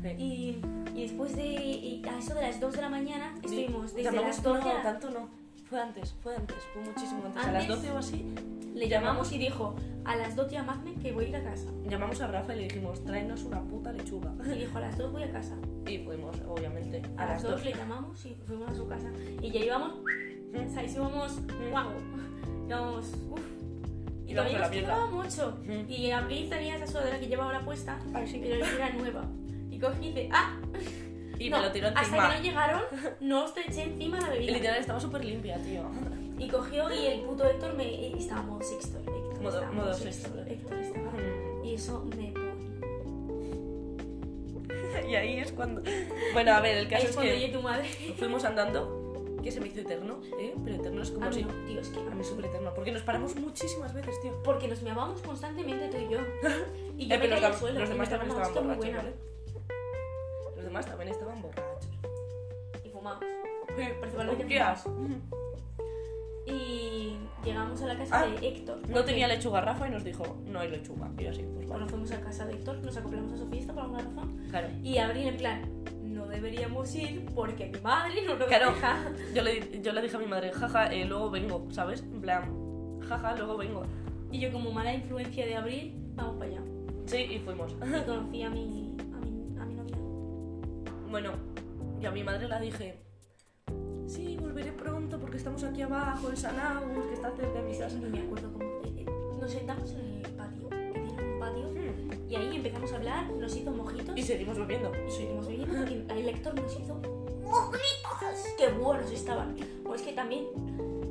Speaker 2: sí.
Speaker 1: Y, y después de. y a eso de las 2 de la mañana estuvimos desde
Speaker 2: Llamamos-
Speaker 1: las 12.
Speaker 2: No,
Speaker 1: a-
Speaker 2: tanto no. Fue antes, fue antes, fue muchísimo antes. A las
Speaker 1: Antes-
Speaker 2: 12 o así,
Speaker 1: le llamamos y dijo: A las 2 llamadme que voy a ir a casa.
Speaker 2: llamamos a Rafa y le dijimos, tráenos una puta lechuga.
Speaker 1: Y dijo: A las 2 voy a casa.
Speaker 2: Y fuimos, obviamente,
Speaker 1: A, las 2 le llamamos y fuimos a su casa. Y ya íbamos. O sea, íbamos. ¡Guau! Íbamos. ¡Uf! Y
Speaker 2: Íbamos
Speaker 1: todavía
Speaker 2: a la mierda.
Speaker 1: nos quedaba mucho.
Speaker 2: Mm.
Speaker 1: Y Abril tenía esa sudadera que llevaba la puesta,
Speaker 2: Así
Speaker 1: pero era nueva. Y cogí y dice, ¡ah!
Speaker 2: Y
Speaker 1: no,
Speaker 2: me lo tiró
Speaker 1: Hasta que
Speaker 2: encima.
Speaker 1: no llegaron, no os eché encima la
Speaker 2: Y
Speaker 1: bebida.
Speaker 2: literal, estaba súper limpia, tío.
Speaker 1: Y cogió y el puto Héctor me. y Estaba modo Sixto. Héctor,
Speaker 2: Modo-
Speaker 1: estaba
Speaker 2: modo
Speaker 1: Sixto.
Speaker 2: Sixto.
Speaker 1: Héctor estaba. Y eso me pone.
Speaker 2: Y ahí es cuando... Bueno, a ver, el
Speaker 1: Ahí
Speaker 2: caso
Speaker 1: es
Speaker 2: es
Speaker 1: cuando
Speaker 2: que
Speaker 1: oye tu madre.
Speaker 2: fuimos andando, que se me hizo eterno, ¿eh? Pero eterno es como
Speaker 1: Ah,
Speaker 2: si...
Speaker 1: no, tío, es que.
Speaker 2: A mí es súper eterno, porque nos paramos muchísimas veces, tío.
Speaker 1: Porque nos meábamos constantemente tú y yo. Y yo
Speaker 2: Eh, pero
Speaker 1: me caí
Speaker 2: los,
Speaker 1: al
Speaker 2: dam-
Speaker 1: suelo.
Speaker 2: los
Speaker 1: y
Speaker 2: demás
Speaker 1: me
Speaker 2: también
Speaker 1: tocaba una
Speaker 2: estaban
Speaker 1: chica muy
Speaker 2: borrachos,
Speaker 1: buena.
Speaker 2: ¿vale? Los demás también estaban borrachos.
Speaker 1: Y fumamos.
Speaker 2: Principalmente
Speaker 1: Principalmente
Speaker 2: ¿Qué
Speaker 1: fumados.
Speaker 2: haces?
Speaker 1: Y llegamos a la casa
Speaker 2: Ah,
Speaker 1: de Héctor.
Speaker 2: No
Speaker 1: porque-
Speaker 2: tenía lechuga Rafa y nos dijo, no hay lechuga. Y yo así, pues
Speaker 1: Bueno,
Speaker 2: bueno,
Speaker 1: fuimos a casa de Héctor, nos acoplamos a su fiesta por alguna razón.
Speaker 2: claro.
Speaker 1: Y Abril, en plan, no deberíamos ir porque mi madre no nos
Speaker 2: Claro.
Speaker 1: deja.
Speaker 2: Yo le, yo le dije a mi madre, jaja, eh, luego vengo, ¿sabes? En plan, jaja, luego vengo.
Speaker 1: Y yo, como mala influencia de Abril, vamos para allá.
Speaker 2: Sí, y fuimos.
Speaker 1: Y conocí a mi, a mi, a mi novia.
Speaker 2: Bueno, y a mi madre la dije, sí, volveré pronto porque estamos aquí abajo en Sanaus, que está cerca de mi casa.
Speaker 1: Ni me acuerdo cómo. eh, eh, Nos sentamos en el patio, que tiene un patio, y ahí empezamos a hablar, nos hizo mojitos.
Speaker 2: Hmm. Y seguimos bebiendo.
Speaker 1: Y seguimos bebiendo porque el lector nos hizo mojitos. ¡Qué buenos estaban! Pues que también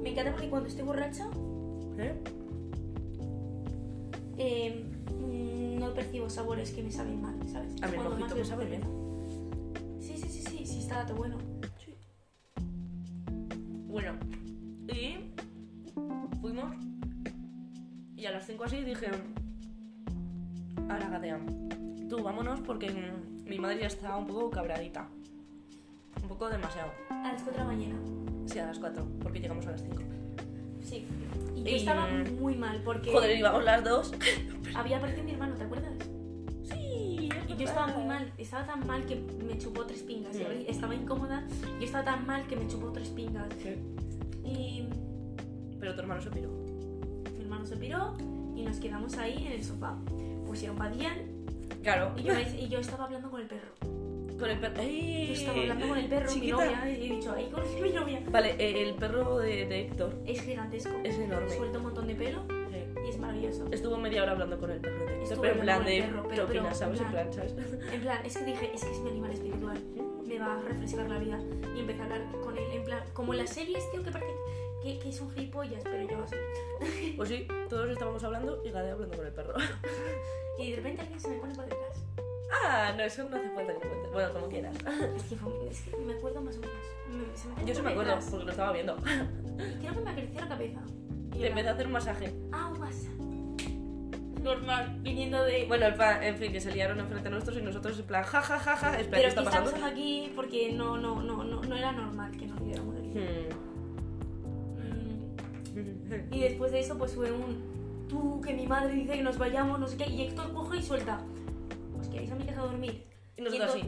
Speaker 1: me encanta porque cuando estoy borracha
Speaker 2: ¿Eh?
Speaker 1: eh, mm, no percibo sabores que me saben mal, ¿sabes?
Speaker 2: A mí el
Speaker 1: Cuando
Speaker 2: mojito me
Speaker 1: más bebo.
Speaker 2: sabe bien.
Speaker 1: Sí, sí, sí, sí, sí, estaba todo bueno.
Speaker 2: Bueno, y fuimos. Y a las 5 así dije a la gatea, tú vámonos porque mm, mi madre ya estaba un poco cabradita. Un poco demasiado.
Speaker 1: A las 4 de la mañana.
Speaker 2: Sí, a las 4, porque llegamos a las 5.
Speaker 1: Sí. Y yo
Speaker 2: Y-
Speaker 1: estaba muy mal porque
Speaker 2: Joder, íbamos las dos.
Speaker 1: había aparecido mi hermano, ¿te acuerdas?
Speaker 2: Sí,
Speaker 1: Y yo estaba muy mal, estaba tan mal que me chupó tres pingas.
Speaker 2: Sí.
Speaker 1: y Estaba incómoda y estaba tan mal que me chupó tres pingas. Y
Speaker 2: Pero tu hermano se piró.
Speaker 1: Mi hermano se piró y nos quedamos ahí en el sofá. Pues Pusieron Padillán
Speaker 2: Claro.
Speaker 1: y yo, y yo estaba hablando con el perro.
Speaker 2: Con el perro.
Speaker 1: Yo estaba hablando con el perro,
Speaker 2: Chiquita.
Speaker 1: mi novia, y he dicho, ahí conocí a mi novia.
Speaker 2: Vale, eh, el perro de, de Héctor
Speaker 1: Es gigantesco.
Speaker 2: es enorme.
Speaker 1: Suelta un montón de pelo
Speaker 2: Sí.
Speaker 1: y es maravilloso.
Speaker 2: Estuvo media hora hablando con el perro de
Speaker 1: Estuve
Speaker 2: pero en plan
Speaker 1: hablando
Speaker 2: de
Speaker 1: con el perro,
Speaker 2: ¿qué
Speaker 1: pero- pero
Speaker 2: opinas?
Speaker 1: en
Speaker 2: ¿Sabes? En
Speaker 1: plan-
Speaker 2: plan, ¿sabes?
Speaker 1: En plan, es que dije, es que es mi animal espiritual, me va a refrescar la vida. Y empecé a hablar con él, en plan, como en las series, tío, que parece que, que son gilipollas, pero yo así.
Speaker 2: Pues sí, todos estábamos hablando y Gade hablando con el perro.
Speaker 1: Y de repente alguien se me pone por detrás.
Speaker 2: Ah, no, eso no hace falta que lo cuentes. Bueno, como quieras.
Speaker 1: Es que, fue- es que me acuerdo más o menos. Me- se me pone
Speaker 2: Yo sí
Speaker 1: por
Speaker 2: me acuerdo,
Speaker 1: detrás.
Speaker 2: porque lo estaba viendo.
Speaker 1: Y creo que me acarició la cabeza. Y "Ah,
Speaker 2: Le
Speaker 1: yo,
Speaker 2: empecé a hacer un masaje.
Speaker 1: Aguas. Normal, viniendo de.
Speaker 2: Bueno, el pan, en fin, que se liaron enfrente a nosotros y nosotros en plan, ja, ja, ja, ja, espera, ¿qué
Speaker 1: Pero
Speaker 2: está
Speaker 1: que
Speaker 2: pasando?
Speaker 1: estamos aquí porque no, no, no, no, no era normal que nos viéramos aquí.
Speaker 2: Hmm.
Speaker 1: Mm, Y después de eso, pues fue un. Tú, que mi madre dice que nos vayamos, no sé qué. Y Héctor coge y suelta. "Pues, Os queréis a mi casa a dormir.
Speaker 2: Y nosotros
Speaker 1: Y
Speaker 2: así.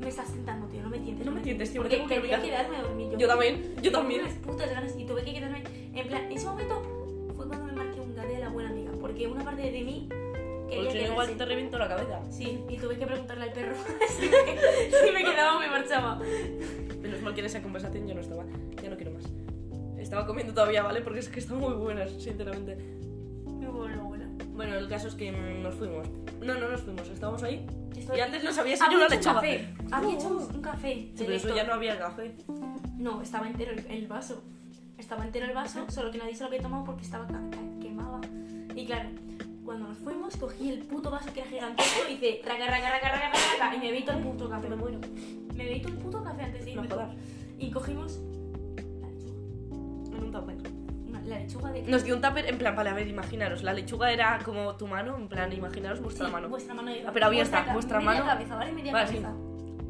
Speaker 1: Me estás sentando, tío, no me entiendes.
Speaker 2: No me entiendes, tío, me
Speaker 1: Porque
Speaker 2: tengo que ir a mi
Speaker 1: quería
Speaker 2: casa.
Speaker 1: quedarme a dormir.
Speaker 2: Yo también, yo
Speaker 1: Tenía
Speaker 2: también.
Speaker 1: unas putas ganas y tuve que quedarme. En plan, en ese momento fue cuando me marqué un gade de la buena amiga. Porque una parte de mí quería
Speaker 2: Porque igual te
Speaker 1: quedarse.
Speaker 2: reviento la cabeza.
Speaker 1: Sí, y tuve que preguntarle al perro si me, si me quedaba o me marchaba.
Speaker 2: Menos mal que en esa conversación yo no estaba. Ya no quiero más. Estaba comiendo todavía, ¿vale? Porque es que están muy buenas, sinceramente.
Speaker 1: Y bueno, bueno.
Speaker 2: Bueno, el caso es que mm, nos fuimos. No, no nos fuimos, estábamos ahí.
Speaker 1: Estoy-
Speaker 2: Y antes nos había
Speaker 1: Había
Speaker 2: hecho una
Speaker 1: hecho un
Speaker 2: lechada.
Speaker 1: café. Había hecho
Speaker 2: Sí,
Speaker 1: un un café. de
Speaker 2: pero eso
Speaker 1: Héctor.
Speaker 2: ya no había café.
Speaker 1: No, estaba entero el, el vaso. Estaba entero el vaso, solo que nadie se lo había tomado porque estaba ca- ca- quemado. Y claro, cuando nos fuimos, cogí el puto vaso que era gigantesco y hice raca, raca, raca, raca, raca, raca, y me bebí todo el puto café.
Speaker 2: Ah, Me muero.
Speaker 1: Me bebí todo el puto café antes de
Speaker 2: No
Speaker 1: irme.
Speaker 2: jodas.
Speaker 1: Y cogimos la lechuga.
Speaker 2: En un tupper.
Speaker 1: Una- la lechuga de...
Speaker 2: Nos dio un tupper en plan, vale, a ver, imaginaros. La lechuga era como tu mano, en plan, imaginaros vuestra
Speaker 1: Sí,
Speaker 2: mano.
Speaker 1: Vuestra mano.
Speaker 2: Ah, pero abierta,
Speaker 1: ca-
Speaker 2: vuestra
Speaker 1: media
Speaker 2: mano.
Speaker 1: cabeza, ¿vale? Media
Speaker 2: Vale,
Speaker 1: cabeza.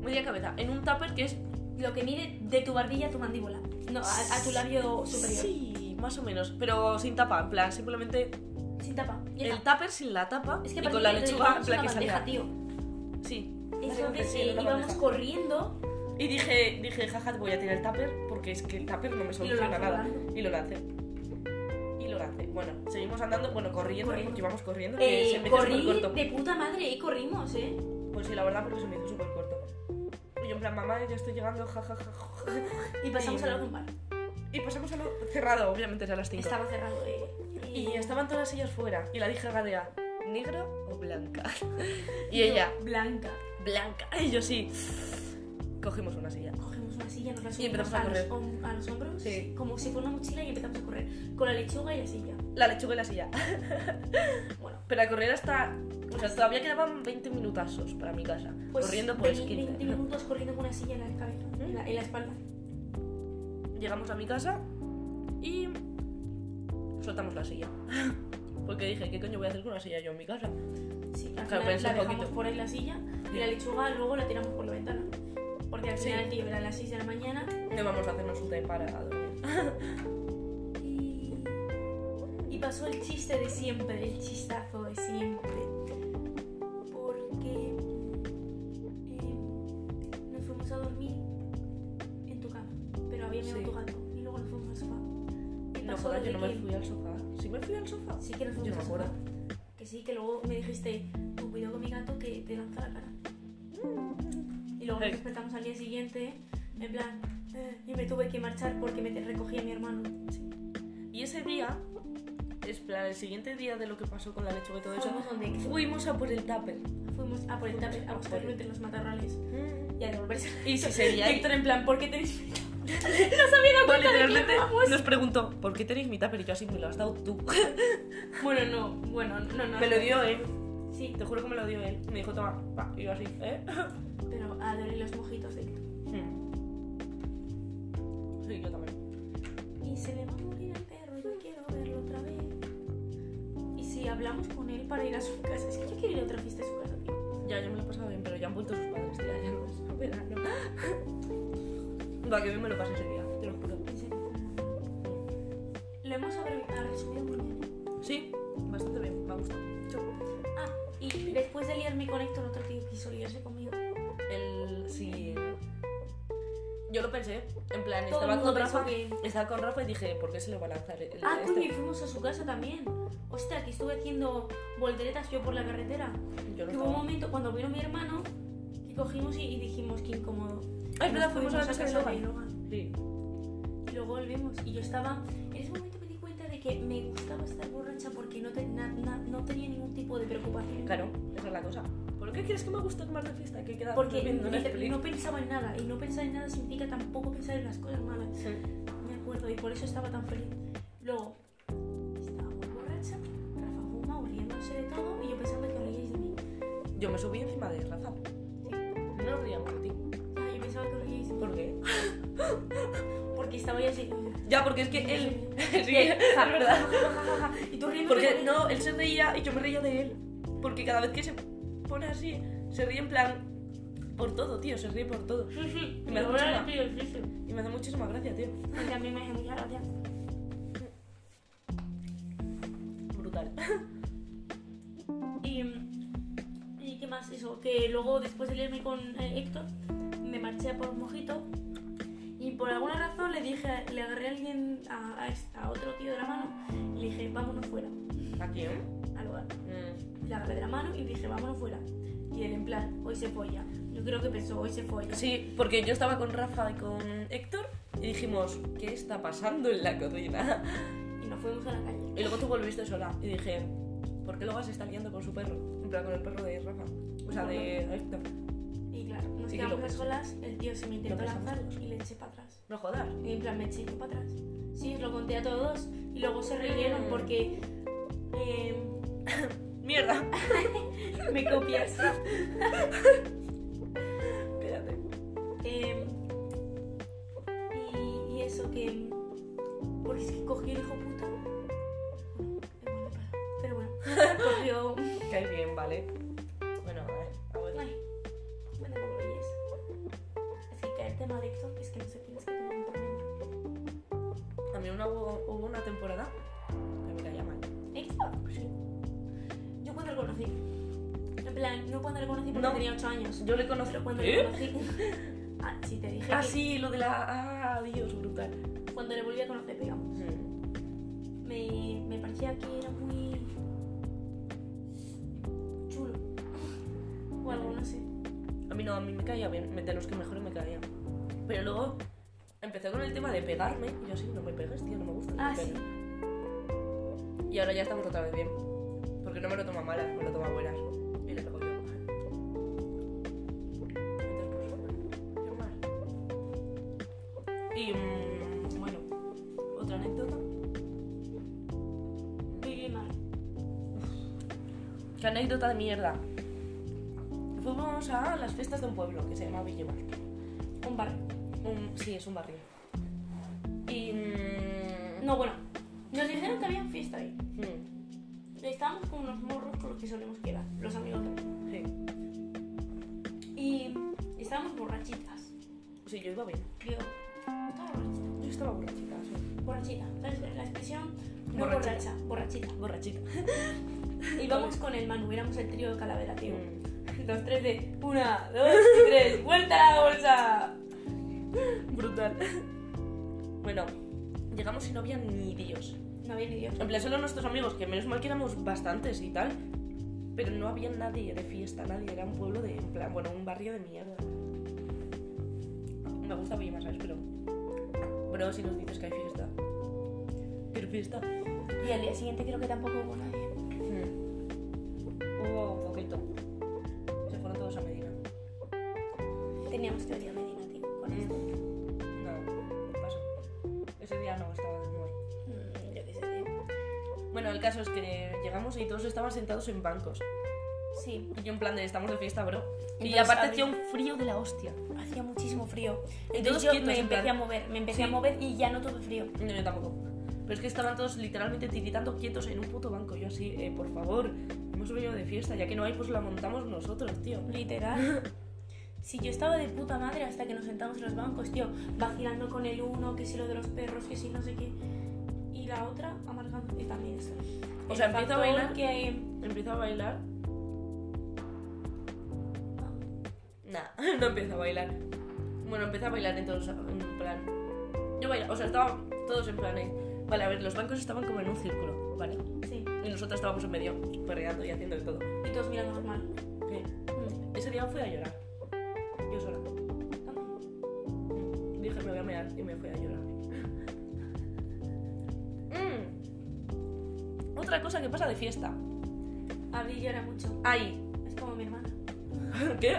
Speaker 2: Media cabeza. En un tupper que es.
Speaker 1: Lo que mide de tu barbilla a tu mandíbula. No, a, a tu
Speaker 2: Oh,
Speaker 1: labio superior.
Speaker 2: Sí, más o menos. Pero sin tapa, en plan, simplemente
Speaker 1: Sin tapa. Ya
Speaker 2: el
Speaker 1: está.
Speaker 2: tupper sin la tapa
Speaker 1: Es que
Speaker 2: y
Speaker 1: parece
Speaker 2: con la
Speaker 1: que le
Speaker 2: lechuga en
Speaker 1: llevamos
Speaker 2: plan
Speaker 1: una
Speaker 2: que
Speaker 1: bandeja,
Speaker 2: salía.
Speaker 1: tío.
Speaker 2: Sí.
Speaker 1: Entonces
Speaker 2: pues Sí,
Speaker 1: eh,
Speaker 2: en una
Speaker 1: íbamos
Speaker 2: bandeja.
Speaker 1: corriendo.
Speaker 2: Y dije, dije, jaja, voy a tirar el tupper porque es que el tupper no me soluciona
Speaker 1: lanzó
Speaker 2: nada.
Speaker 1: volando.
Speaker 2: Y lo lancé. Y lo lancé. Bueno, seguimos andando, bueno, corriendo,
Speaker 1: Corriendo.
Speaker 2: porque íbamos corriendo. que se
Speaker 1: Eh,
Speaker 2: me hizo súper
Speaker 1: corrí
Speaker 2: corto.
Speaker 1: de puta madre, eh, corrimos, eh.
Speaker 2: Pues sí, la verdad, porque se me hizo súper corto. Y yo en plan, mamá, ya estoy llegando, jajaja.
Speaker 1: Y pasamos
Speaker 2: Sí.
Speaker 1: al otro bar.
Speaker 2: Y pasamos a lo cerrado, obviamente, era a las 5.
Speaker 1: Estaba cerrado, eh.
Speaker 2: Y estaban todas las sillas fuera. Y la dije a Gadea, ¿negro o blanca? y
Speaker 1: yo,
Speaker 2: ella,
Speaker 1: Blanca.
Speaker 2: blanca. Y yo sí. Cogimos una silla.
Speaker 1: Cogemos una silla, nos la subimos
Speaker 2: empezamos a
Speaker 1: a, los,
Speaker 2: correr.
Speaker 1: hom- a los hombros,
Speaker 2: Sí.
Speaker 1: como si fuera una mochila, y empezamos a correr. Con la lechuga y la silla.
Speaker 2: La lechuga y la silla.
Speaker 1: Bueno,
Speaker 2: Pero a correr hasta. O sea, todavía quedaban 20 minutazos para mi casa.
Speaker 1: pues
Speaker 2: Corriendo, pues
Speaker 1: 20,
Speaker 2: 15.
Speaker 1: 20 minutos corriendo con una silla en la cabeza,
Speaker 2: ¿Mm?
Speaker 1: en la, en la espalda.
Speaker 2: Llegamos a mi casa y. soltamos la silla. Porque dije, ¿qué coño voy a hacer con una silla yo en mi casa?
Speaker 1: Sí, al
Speaker 2: Claro,
Speaker 1: final
Speaker 2: pensé
Speaker 1: la
Speaker 2: un
Speaker 1: dejamos
Speaker 2: poquito.
Speaker 1: por ahí la silla y
Speaker 2: Sí.
Speaker 1: la lechuga luego la tiramos por la ventana. Porque al
Speaker 2: Sí.
Speaker 1: final, tío, era las 6 de la mañana
Speaker 2: No vamos a hacernos un té para dormir.
Speaker 1: Y... y pasó el chiste de siempre, el chistazo de siempre. Porque eh, nos fuimos a dormir en tu cama, pero había meado
Speaker 2: Sí.
Speaker 1: tu gato y luego nos fuimos al sofá. Y
Speaker 2: No
Speaker 1: pasó
Speaker 2: jodas,
Speaker 1: lo
Speaker 2: yo
Speaker 1: de
Speaker 2: no me
Speaker 1: que-
Speaker 2: fui al sofá. ¿Sí me fui al sofá?
Speaker 1: Sí que nos fuimos
Speaker 2: Yo no
Speaker 1: al
Speaker 2: me acuerdo.
Speaker 1: sofá. Que sí, que luego me dijiste, tú cuidado con mi gato que te lanza la cara. Y luego nos
Speaker 2: Hey.
Speaker 1: despertamos al día siguiente, en plan, eh, y me tuve que marchar porque me te- recogí a mi hermano.
Speaker 2: Y ese día, es plan, el siguiente día de lo que pasó con la lechuga y todo eso,
Speaker 1: Fuimos donde
Speaker 2: fuimos a por el tupper.
Speaker 1: Fuimos a por el tupper, a buscarlo entre los matorrales y a devolverse.
Speaker 2: Y si seguía ahí.
Speaker 1: Héctor, en plan, ¿por qué tenéis mi tupper? No se había
Speaker 2: Vale,
Speaker 1: dado cuenta de que
Speaker 2: literalmente
Speaker 1: íbamos.
Speaker 2: nos preguntó, ¿por qué tenéis mi tupper? Y yo así me lo has dado tú.
Speaker 1: Bueno, no, bueno, no, no.
Speaker 2: Me lo dio él,
Speaker 1: Sí,
Speaker 2: te juro que me lo dio él. Me dijo, toma, pa. Y yo así, ¿eh?
Speaker 1: pero adoré los mojitos de Héctor.
Speaker 2: Hmm. Sí, yo también.
Speaker 1: Y se le va a morir al perro, yo quiero verlo otra vez. Y si hablamos con él para ir a su casa, es que yo quiero ir a otra fiesta a su casa, tío.
Speaker 2: Ya, yo me lo he pasado bien, pero ya han vuelto sus padres, tía, ya no es verano. Va, que bien me lo pasé ese día, te lo juro.
Speaker 1: En serio. Lo hemos sobrevivido, resumido muy bien.
Speaker 2: Sí, bastante bien, me ha gustado.
Speaker 1: Ah, y después de liarme con Héctor, otro tío quiso liarse conmigo.
Speaker 2: El. Sí. Yo lo pensé, en plan,
Speaker 1: Todo el
Speaker 2: estaba
Speaker 1: mundo
Speaker 2: con Rafa.
Speaker 1: pensó
Speaker 2: Estaba con Rafa y dije, ¿por qué se le va a lanzar el.
Speaker 1: Ah,
Speaker 2: este?
Speaker 1: coño, y fuimos a su casa también. Ostras, que estuve haciendo volteretas yo por la carretera.
Speaker 2: Yo no
Speaker 1: Que hubo un
Speaker 2: estaba.
Speaker 1: momento cuando vino mi hermano que cogimos y, y dijimos que incómodo.
Speaker 2: Ah, es
Speaker 1: Nos
Speaker 2: verdad, fuimos a la casa de
Speaker 1: casa
Speaker 2: Logan.
Speaker 1: Logan.
Speaker 2: Sí.
Speaker 1: Y luego volvimos. Y yo estaba. En ese momento me di cuenta de decir que me gustaba estar borracha porque no, te- na- na- no tenía ningún tipo de preocupación.
Speaker 2: Claro, esa es la cosa. ¿Por qué crees que me gusta tomar de fiesta? Que he quedado
Speaker 1: Porque
Speaker 2: viendo
Speaker 1: dice,
Speaker 2: Netflix.
Speaker 1: no pensaba en nada. Y no pensar en nada significa tampoco pensar en las cosas malas.
Speaker 2: Sí.
Speaker 1: Me acuerdo, y por eso estaba tan feliz. Luego, estaba muy borracha, Rafa fumaba, riéndose de todo, y yo pensaba que reíais de mí.
Speaker 2: Yo me subí encima de Rafa. No nos reíamos de ti.
Speaker 1: Ya, yo pensaba que reíais de mí.
Speaker 2: ¿Por qué?
Speaker 1: Porque estaba yo así.
Speaker 2: Ya, porque es que él. sí,
Speaker 1: Ja,
Speaker 2: es
Speaker 1: ja,
Speaker 2: verdad.
Speaker 1: ja, ja, ja, ja. Y tú riéndote
Speaker 2: Porque
Speaker 1: de-
Speaker 2: no, él se reía y yo me reía de él. Porque cada vez que se pone así, se ríe en plan. Por todo, tío, se ríe por todo.
Speaker 1: Sí, sí.
Speaker 2: Me da
Speaker 1: Ahora
Speaker 2: mucha-
Speaker 1: le pido el piso.
Speaker 2: Y me hace muchísima gracia, tío.
Speaker 1: Y también me hace mucha gracia.
Speaker 2: Brutal.
Speaker 1: Y, y qué más, eso, que luego después de irme con eh, Héctor, me marché a por un mojito y por alguna razón le dije, a- le agarré a alguien, a, a este- a otro tío de la mano, y le dije, vámonos fuera,
Speaker 2: ¿A quién?
Speaker 1: al hogar.
Speaker 2: Mm.
Speaker 1: Le agarré de la mano y dije, vámonos fuera. Y él en plan, hoy se folla. Yo creo que pensó, hoy se folla.
Speaker 2: Sí, porque yo estaba con Rafa y con Héctor y dijimos, ¿qué está pasando en la cocina?
Speaker 1: Y nos fuimos a la calle.
Speaker 2: Y luego tú volviste sola y dije, ¿por qué luego se está liando con su perro? En plan, con el perro de Rafa. O sea, de Héctor.
Speaker 1: Y claro, nos
Speaker 2: Sí, que lo
Speaker 1: quedamos a
Speaker 2: pensó.
Speaker 1: solas, el tío se me intentó
Speaker 2: Lo pensamos
Speaker 1: lanzar
Speaker 2: todos.
Speaker 1: y le eché para atrás.
Speaker 2: No jodas.
Speaker 1: Y en plan, me eché yo para atrás. Sí, os lo conté a todos y luego se rieron
Speaker 2: Mm.
Speaker 1: porque... em,
Speaker 2: ¡Mierda!
Speaker 1: Me copias.
Speaker 2: Quédate.
Speaker 1: Eh, y, y eso que. Porque es que cogió el hijo puta. Bueno, me vuelve para- Pero bueno, cogió.
Speaker 2: Cae bien, vale. Bueno, a ver. a ver.
Speaker 1: Ay, me da como leyes. Es que caerte mal, Héctor, es que no sé quién es que tiene un problema.
Speaker 2: A mí una, hubo, hubo una temporada que me caía mal.
Speaker 1: ¿Héctor? pues Yo cuando lo conocí. En plan, no cuando lo conocí porque
Speaker 2: No.
Speaker 1: tenía 8 años.
Speaker 2: Yo le conocí.
Speaker 1: Pero cuando lo conocí. Ah, sí, te dije.
Speaker 2: Ah,
Speaker 1: que
Speaker 2: sí, lo de la. Ah, Dios, brutal.
Speaker 1: Cuando le volví a conocer, digamos.
Speaker 2: Mm.
Speaker 1: me, me parecía que era muy chulo o algo, no sé.
Speaker 2: A mí no, a mí me caía bien. De los que mejor me caía. Pero luego empezó con el tema de pegarme. Y yo así, no me pegues, tío, no me gusta. que me
Speaker 1: Ah, sí.
Speaker 2: pegues". Y ahora ya estamos otra vez bien. Porque no me lo toma malas, me lo toma buenas. Y le pego yo. Entonces, pues, yo mal. Y mm, bueno, otra anécdota.
Speaker 1: Viví mal.
Speaker 2: ¿Qué anécdota de mierda? Fuimos a las fiestas de un pueblo que se llama Villemar.
Speaker 1: Un bar.
Speaker 2: Un- sí, es un barrio. Y. mm,
Speaker 1: No, bueno. Nos dijeron que había fiesta ahí.
Speaker 2: mm,
Speaker 1: Estábamos con unos morros con los que solemos quedar, los amigos de ahí.
Speaker 2: sí.
Speaker 1: Y estábamos borrachitas.
Speaker 2: Sí, yo iba bien.
Speaker 1: Yo estaba borrachita.
Speaker 2: Yo estaba borrachita, sí.
Speaker 1: Borrachita. ¿Sabes? La expresión no
Speaker 2: Borrachita.
Speaker 1: borracha, borrachita.
Speaker 2: Borrachita.
Speaker 1: Y vamos con el Manu, éramos el trío de calavera, tío.
Speaker 2: Mm.
Speaker 1: Los tres de una, dos y tres, vuelta a la bolsa.
Speaker 2: Brutal. Bueno, llegamos y no había ni Dios.
Speaker 1: No había ni Dios.
Speaker 2: En plan, solo nuestros amigos, que menos mal que éramos bastantes y tal. Pero no había nadie de fiesta, nadie. Era un pueblo de. En plan, bueno, un barrio de mierda. Me gusta Villamar, ¿sabes? Pero. Bro, si nos dices que hay fiesta. ¿Qué fiesta?
Speaker 1: Y al día siguiente creo que tampoco hubo nadie.
Speaker 2: Hmm. Hubo un poquito. Se fueron todos a Medina.
Speaker 1: Teníamos teoría Medina, tío, con esto.
Speaker 2: Mm. No, pasó. Ese día no estaba de humor.
Speaker 1: Mm, yo qué sé, tío.
Speaker 2: Bueno, el caso es que llegamos y todos estaban sentados en bancos.
Speaker 1: Sí,
Speaker 2: Y yo en plan de estamos de fiesta, bro. y
Speaker 1: Entonces,
Speaker 2: aparte
Speaker 1: abrí-
Speaker 2: hacía un frío de la hostia.
Speaker 1: hacía muchísimo frío.
Speaker 2: todos
Speaker 1: Entonces yo
Speaker 2: quietos,
Speaker 1: me
Speaker 2: en
Speaker 1: empecé a
Speaker 2: plan-
Speaker 1: mover, me empecé
Speaker 2: Sí.
Speaker 1: a mover y ya no tuve frío.
Speaker 2: No, yo tampoco. Pero es que estaban todos literalmente tiritando quietos en un puto banco. Yo así, eh, por favor, hemos venido de fiesta. Ya que no hay, pues la montamos nosotros, tío.
Speaker 1: Literal. Si yo estaba de puta madre hasta que nos sentamos en los bancos, tío, vacilando con el uno, que si lo de los perros, que si no sé qué. Y la otra amargando y también eso.
Speaker 2: O
Speaker 1: El
Speaker 2: sea, empiezo a
Speaker 1: factor
Speaker 2: bailar.
Speaker 1: que
Speaker 2: Empiezo a bailar.
Speaker 1: ah,
Speaker 2: Nah, no empiezo a bailar. Bueno, empecé a bailar entonces, en plan. Yo bailaba, o sea, estaban todos en plan. eh, Vale, a ver, los bancos estaban como en un círculo, ¿vale?
Speaker 1: sí.
Speaker 2: Y nosotros estábamos en medio, perreando y haciendo de todo.
Speaker 1: Y todos mirando mal.
Speaker 2: Eh, Ese día fui a llorar. Yo sola.
Speaker 1: Mm.
Speaker 2: Dije, me voy a mear y me fui a llorar. Mm. otra cosa que pasa de fiesta.
Speaker 1: Abril llora mucho.
Speaker 2: Hay.
Speaker 1: Es como mi hermana.
Speaker 2: ¿Qué?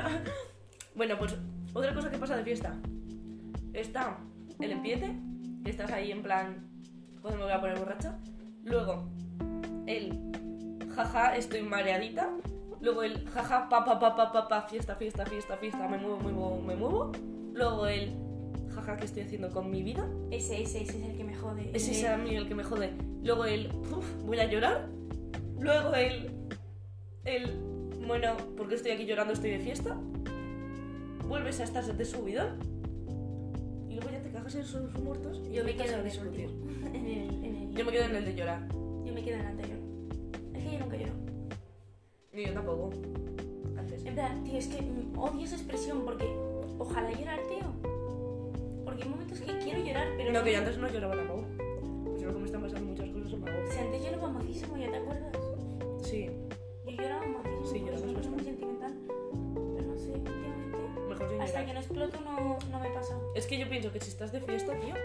Speaker 2: Bueno, pues otra cosa que pasa de fiesta. Está el empiece, que estás ahí en plan, cuando me voy a poner borracha. Luego, el jaja, estoy mareadita. Luego el jaja, pa pa pa pa pa pa, fiesta, fiesta, fiesta, fiesta, me muevo, me muevo, me muevo. Luego el jaja, ¿qué estoy haciendo con mi vida?
Speaker 1: Ese, ese, ese es el que me jode.
Speaker 2: Ese es
Speaker 1: Eh,
Speaker 2: a mí el que me jode. Luego el, "Uf, voy a llorar. Luego el, el, bueno, porque estoy aquí llorando, estoy de fiesta. Vuelves a estar de subidón. Y luego ya te cagas en sus muertos y
Speaker 1: Yo me
Speaker 2: empiezas a
Speaker 1: quedo en el último. En el, en el-
Speaker 2: Yo me quedo en el de llorar.
Speaker 1: Yo me quedo en el anterior. Es que yo nunca lloro.
Speaker 2: Ni yo tampoco. Antes.
Speaker 1: En verdad, tío, es que mm, odio esa expresión porque ojalá llorar, tío. Porque hay momentos que quiero llorar, pero.
Speaker 2: No, que yo antes no lloraba tampoco. Pues ahora que me están pasando muchas cosas en
Speaker 1: Si antes lloraba majísimo, ¿ya te acuerdas?
Speaker 2: Sí,
Speaker 1: Yo lloraba majísimo.
Speaker 2: Sí,
Speaker 1: porque
Speaker 2: llorabas
Speaker 1: soy muy
Speaker 2: bastante.
Speaker 1: sentimental. Pero no sé, últimamente.
Speaker 2: mejor sin
Speaker 1: Hasta
Speaker 2: llorar.
Speaker 1: que no exploto, no, no me pasa.
Speaker 2: Es que yo pienso que si estás de fiesta, tío,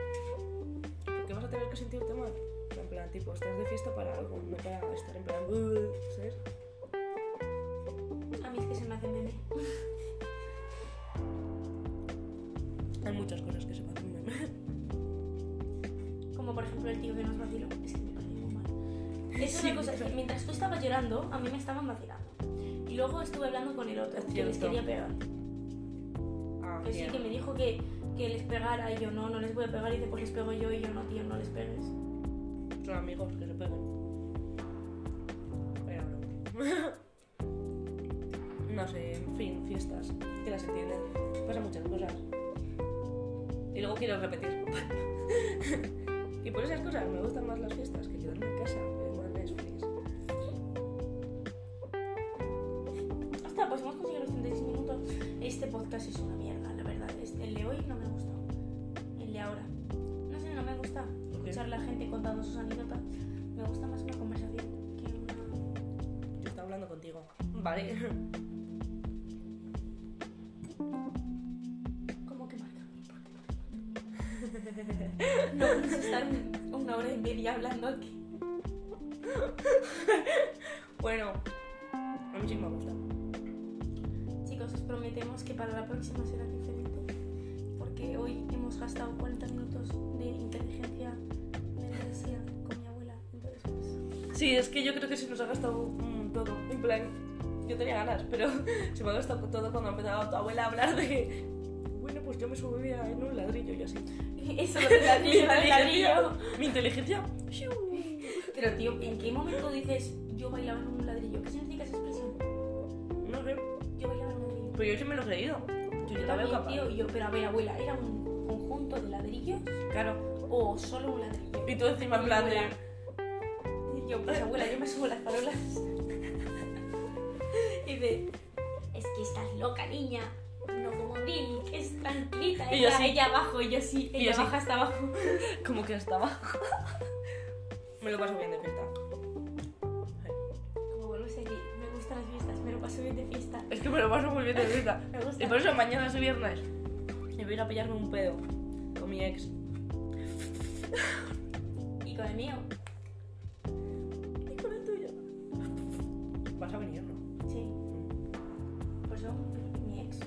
Speaker 2: ¿por qué vas a tener que sentirte mal? En plan, tipo, estás de fiesta para algo, no para estar en plan, "Uh", ¿sabes?
Speaker 1: A mí es que se me hace meme.
Speaker 2: Hay muchas cosas que se me hacen meme.
Speaker 1: Como por ejemplo el tío que nos vaciló. Es que me parece muy mal. Es
Speaker 2: Sí,
Speaker 1: una cosa,
Speaker 2: literal.
Speaker 1: mientras tú estabas llorando, a mí me estaban vacilando. Y luego estuve hablando con el otro,
Speaker 2: Es
Speaker 1: que les
Speaker 2: cierto.
Speaker 1: quería pegar.
Speaker 2: Ah,
Speaker 1: Que sí, que me dijo que, que les pegara y yo no, no les voy a pegar. Y después les pego yo y yo no, tío, no les pegues.
Speaker 2: Son amigos que se pegan. Pero no. no sé, en fin, fiestas, que las entienden. Pasan muchas cosas. Y luego quiero repetir. y por esas cosas me gustan más las fiestas que quedarme en casa, ver más Netflix.
Speaker 1: Hasta, pues hemos conseguido los 36 minutos. Este podcast es una mierda, la verdad. Este- el de hoy no me ha gustado. El de ahora. No sé, no me gusta
Speaker 2: ¿Por qué?
Speaker 1: escuchar a la gente contando sus anécdotas. Me gusta más una conversación que una...
Speaker 2: Yo estaba hablando contigo. Vale.
Speaker 1: ¿Cómo que marca? No puedes estar un- una hora y media hablando aquí.
Speaker 2: Bueno, a mí sí que me gusta.
Speaker 1: Chicos, os prometemos que para la próxima será diferente. Porque hoy hemos gastado 40 minutos de inteligencia merecida con mi abuela. Entonces, pues...
Speaker 2: Sí, es que yo creo que se nos ha gastado mm, todo. En plan, yo tenía ganas, pero se me ha gastado todo cuando ha empezado tu abuela a hablar de. Bueno, pues yo me subía en un ladrillo y así.
Speaker 1: Eso lo tendrá que llevar el ladrillo.
Speaker 2: Mi inteligencia. ¡shiu!
Speaker 1: Pero tío, ¿en qué momento dices yo bailaba en un ladrillo? ¿Qué significa esa expresión?
Speaker 2: No sé,
Speaker 1: Yo bailaba en un ladrillo.
Speaker 2: pero yo sí me lo he creído. Yo, yo la veo
Speaker 1: También,
Speaker 2: capaz.
Speaker 1: tío, yo, pero a ver, abuela, ¿era un conjunto de ladrillos
Speaker 2: Claro.
Speaker 1: o solo un ladrillo?
Speaker 2: Y tú encima en plan de.
Speaker 1: Abuela. Y yo, pues abuela, yo me subo las farolas. y de, es que estás loca, niña. No como Bill, que es tranquilita.
Speaker 2: Y yo
Speaker 1: Ella,
Speaker 2: así.
Speaker 1: ella abajo, y yo sí.
Speaker 2: Y
Speaker 1: Ella
Speaker 2: yo sí.
Speaker 1: baja hasta abajo.
Speaker 2: Como que hasta abajo. me lo paso bien de fiesta.
Speaker 1: Como vuelves aquí, me gustan las fiestas, me lo paso bien de fiesta.
Speaker 2: Es que me lo paso muy bien de fiesta.
Speaker 1: Me gusta.
Speaker 2: Y por eso mañana es viernes. Me voy a ir a pillarme un pedo con mi ex.
Speaker 1: Y con el mío.
Speaker 2: ¿Y con el tuyo? Vas a venir, ¿no?
Speaker 1: Sí. Por eso, mi ex.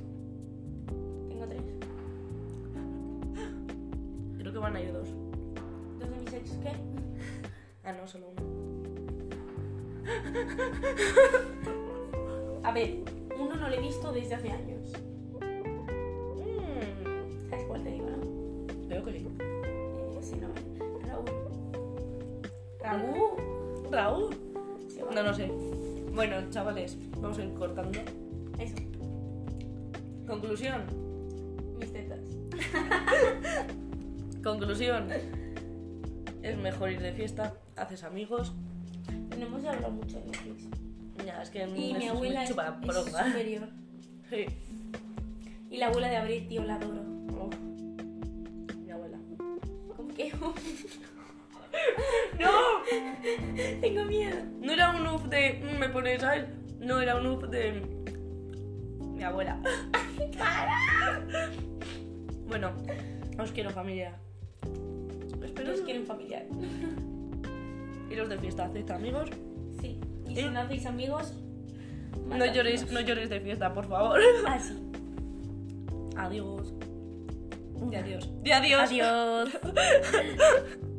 Speaker 1: Tengo tres.
Speaker 2: Creo que van a ir dos.
Speaker 1: Dos de mis ex, ¿qué?
Speaker 2: Ah, no, solo uno.
Speaker 1: A ver, uno no lo he visto desde hace años.
Speaker 2: Mm.
Speaker 1: ¿Sabes cuál te digo, no?
Speaker 2: Creo que sí.
Speaker 1: Eh, sí, no. Raúl.
Speaker 2: Raúl. Raúl.
Speaker 1: Sí, va.
Speaker 2: No lo sé. Bueno, chavales, vamos a ir cortando.
Speaker 1: Eso,
Speaker 2: Conclusión.
Speaker 1: mis tetas.
Speaker 2: Conclusión. Es mejor ir de fiesta, haces amigos.
Speaker 1: No hemos hablado mucho de Netflix.
Speaker 2: Ya, es que
Speaker 1: Y
Speaker 2: eso
Speaker 1: mi
Speaker 2: es
Speaker 1: abuela
Speaker 2: muy
Speaker 1: es, es
Speaker 2: chupapronga.
Speaker 1: superior.
Speaker 2: Sí.
Speaker 1: Y la abuela de Abril, tío, la adoro.
Speaker 2: Uf. Oh. Mi abuela.
Speaker 1: ¿Cómo que?
Speaker 2: ¡No!
Speaker 1: Tengo miedo.
Speaker 2: No era un uf de "Mm, me pones sal, no era un uf de mi abuela. bueno, os quiero familia. Espero
Speaker 1: Pero es que era un familiar.
Speaker 2: Y los de fiesta, haced amigos.
Speaker 1: Sí. Y
Speaker 2: ¿Eh?
Speaker 1: si no hacéis amigos,
Speaker 2: No lloréis, no lloréis de fiesta, por favor.
Speaker 1: Así.
Speaker 2: Adiós. Y adiós. Y adiós.
Speaker 1: Adiós.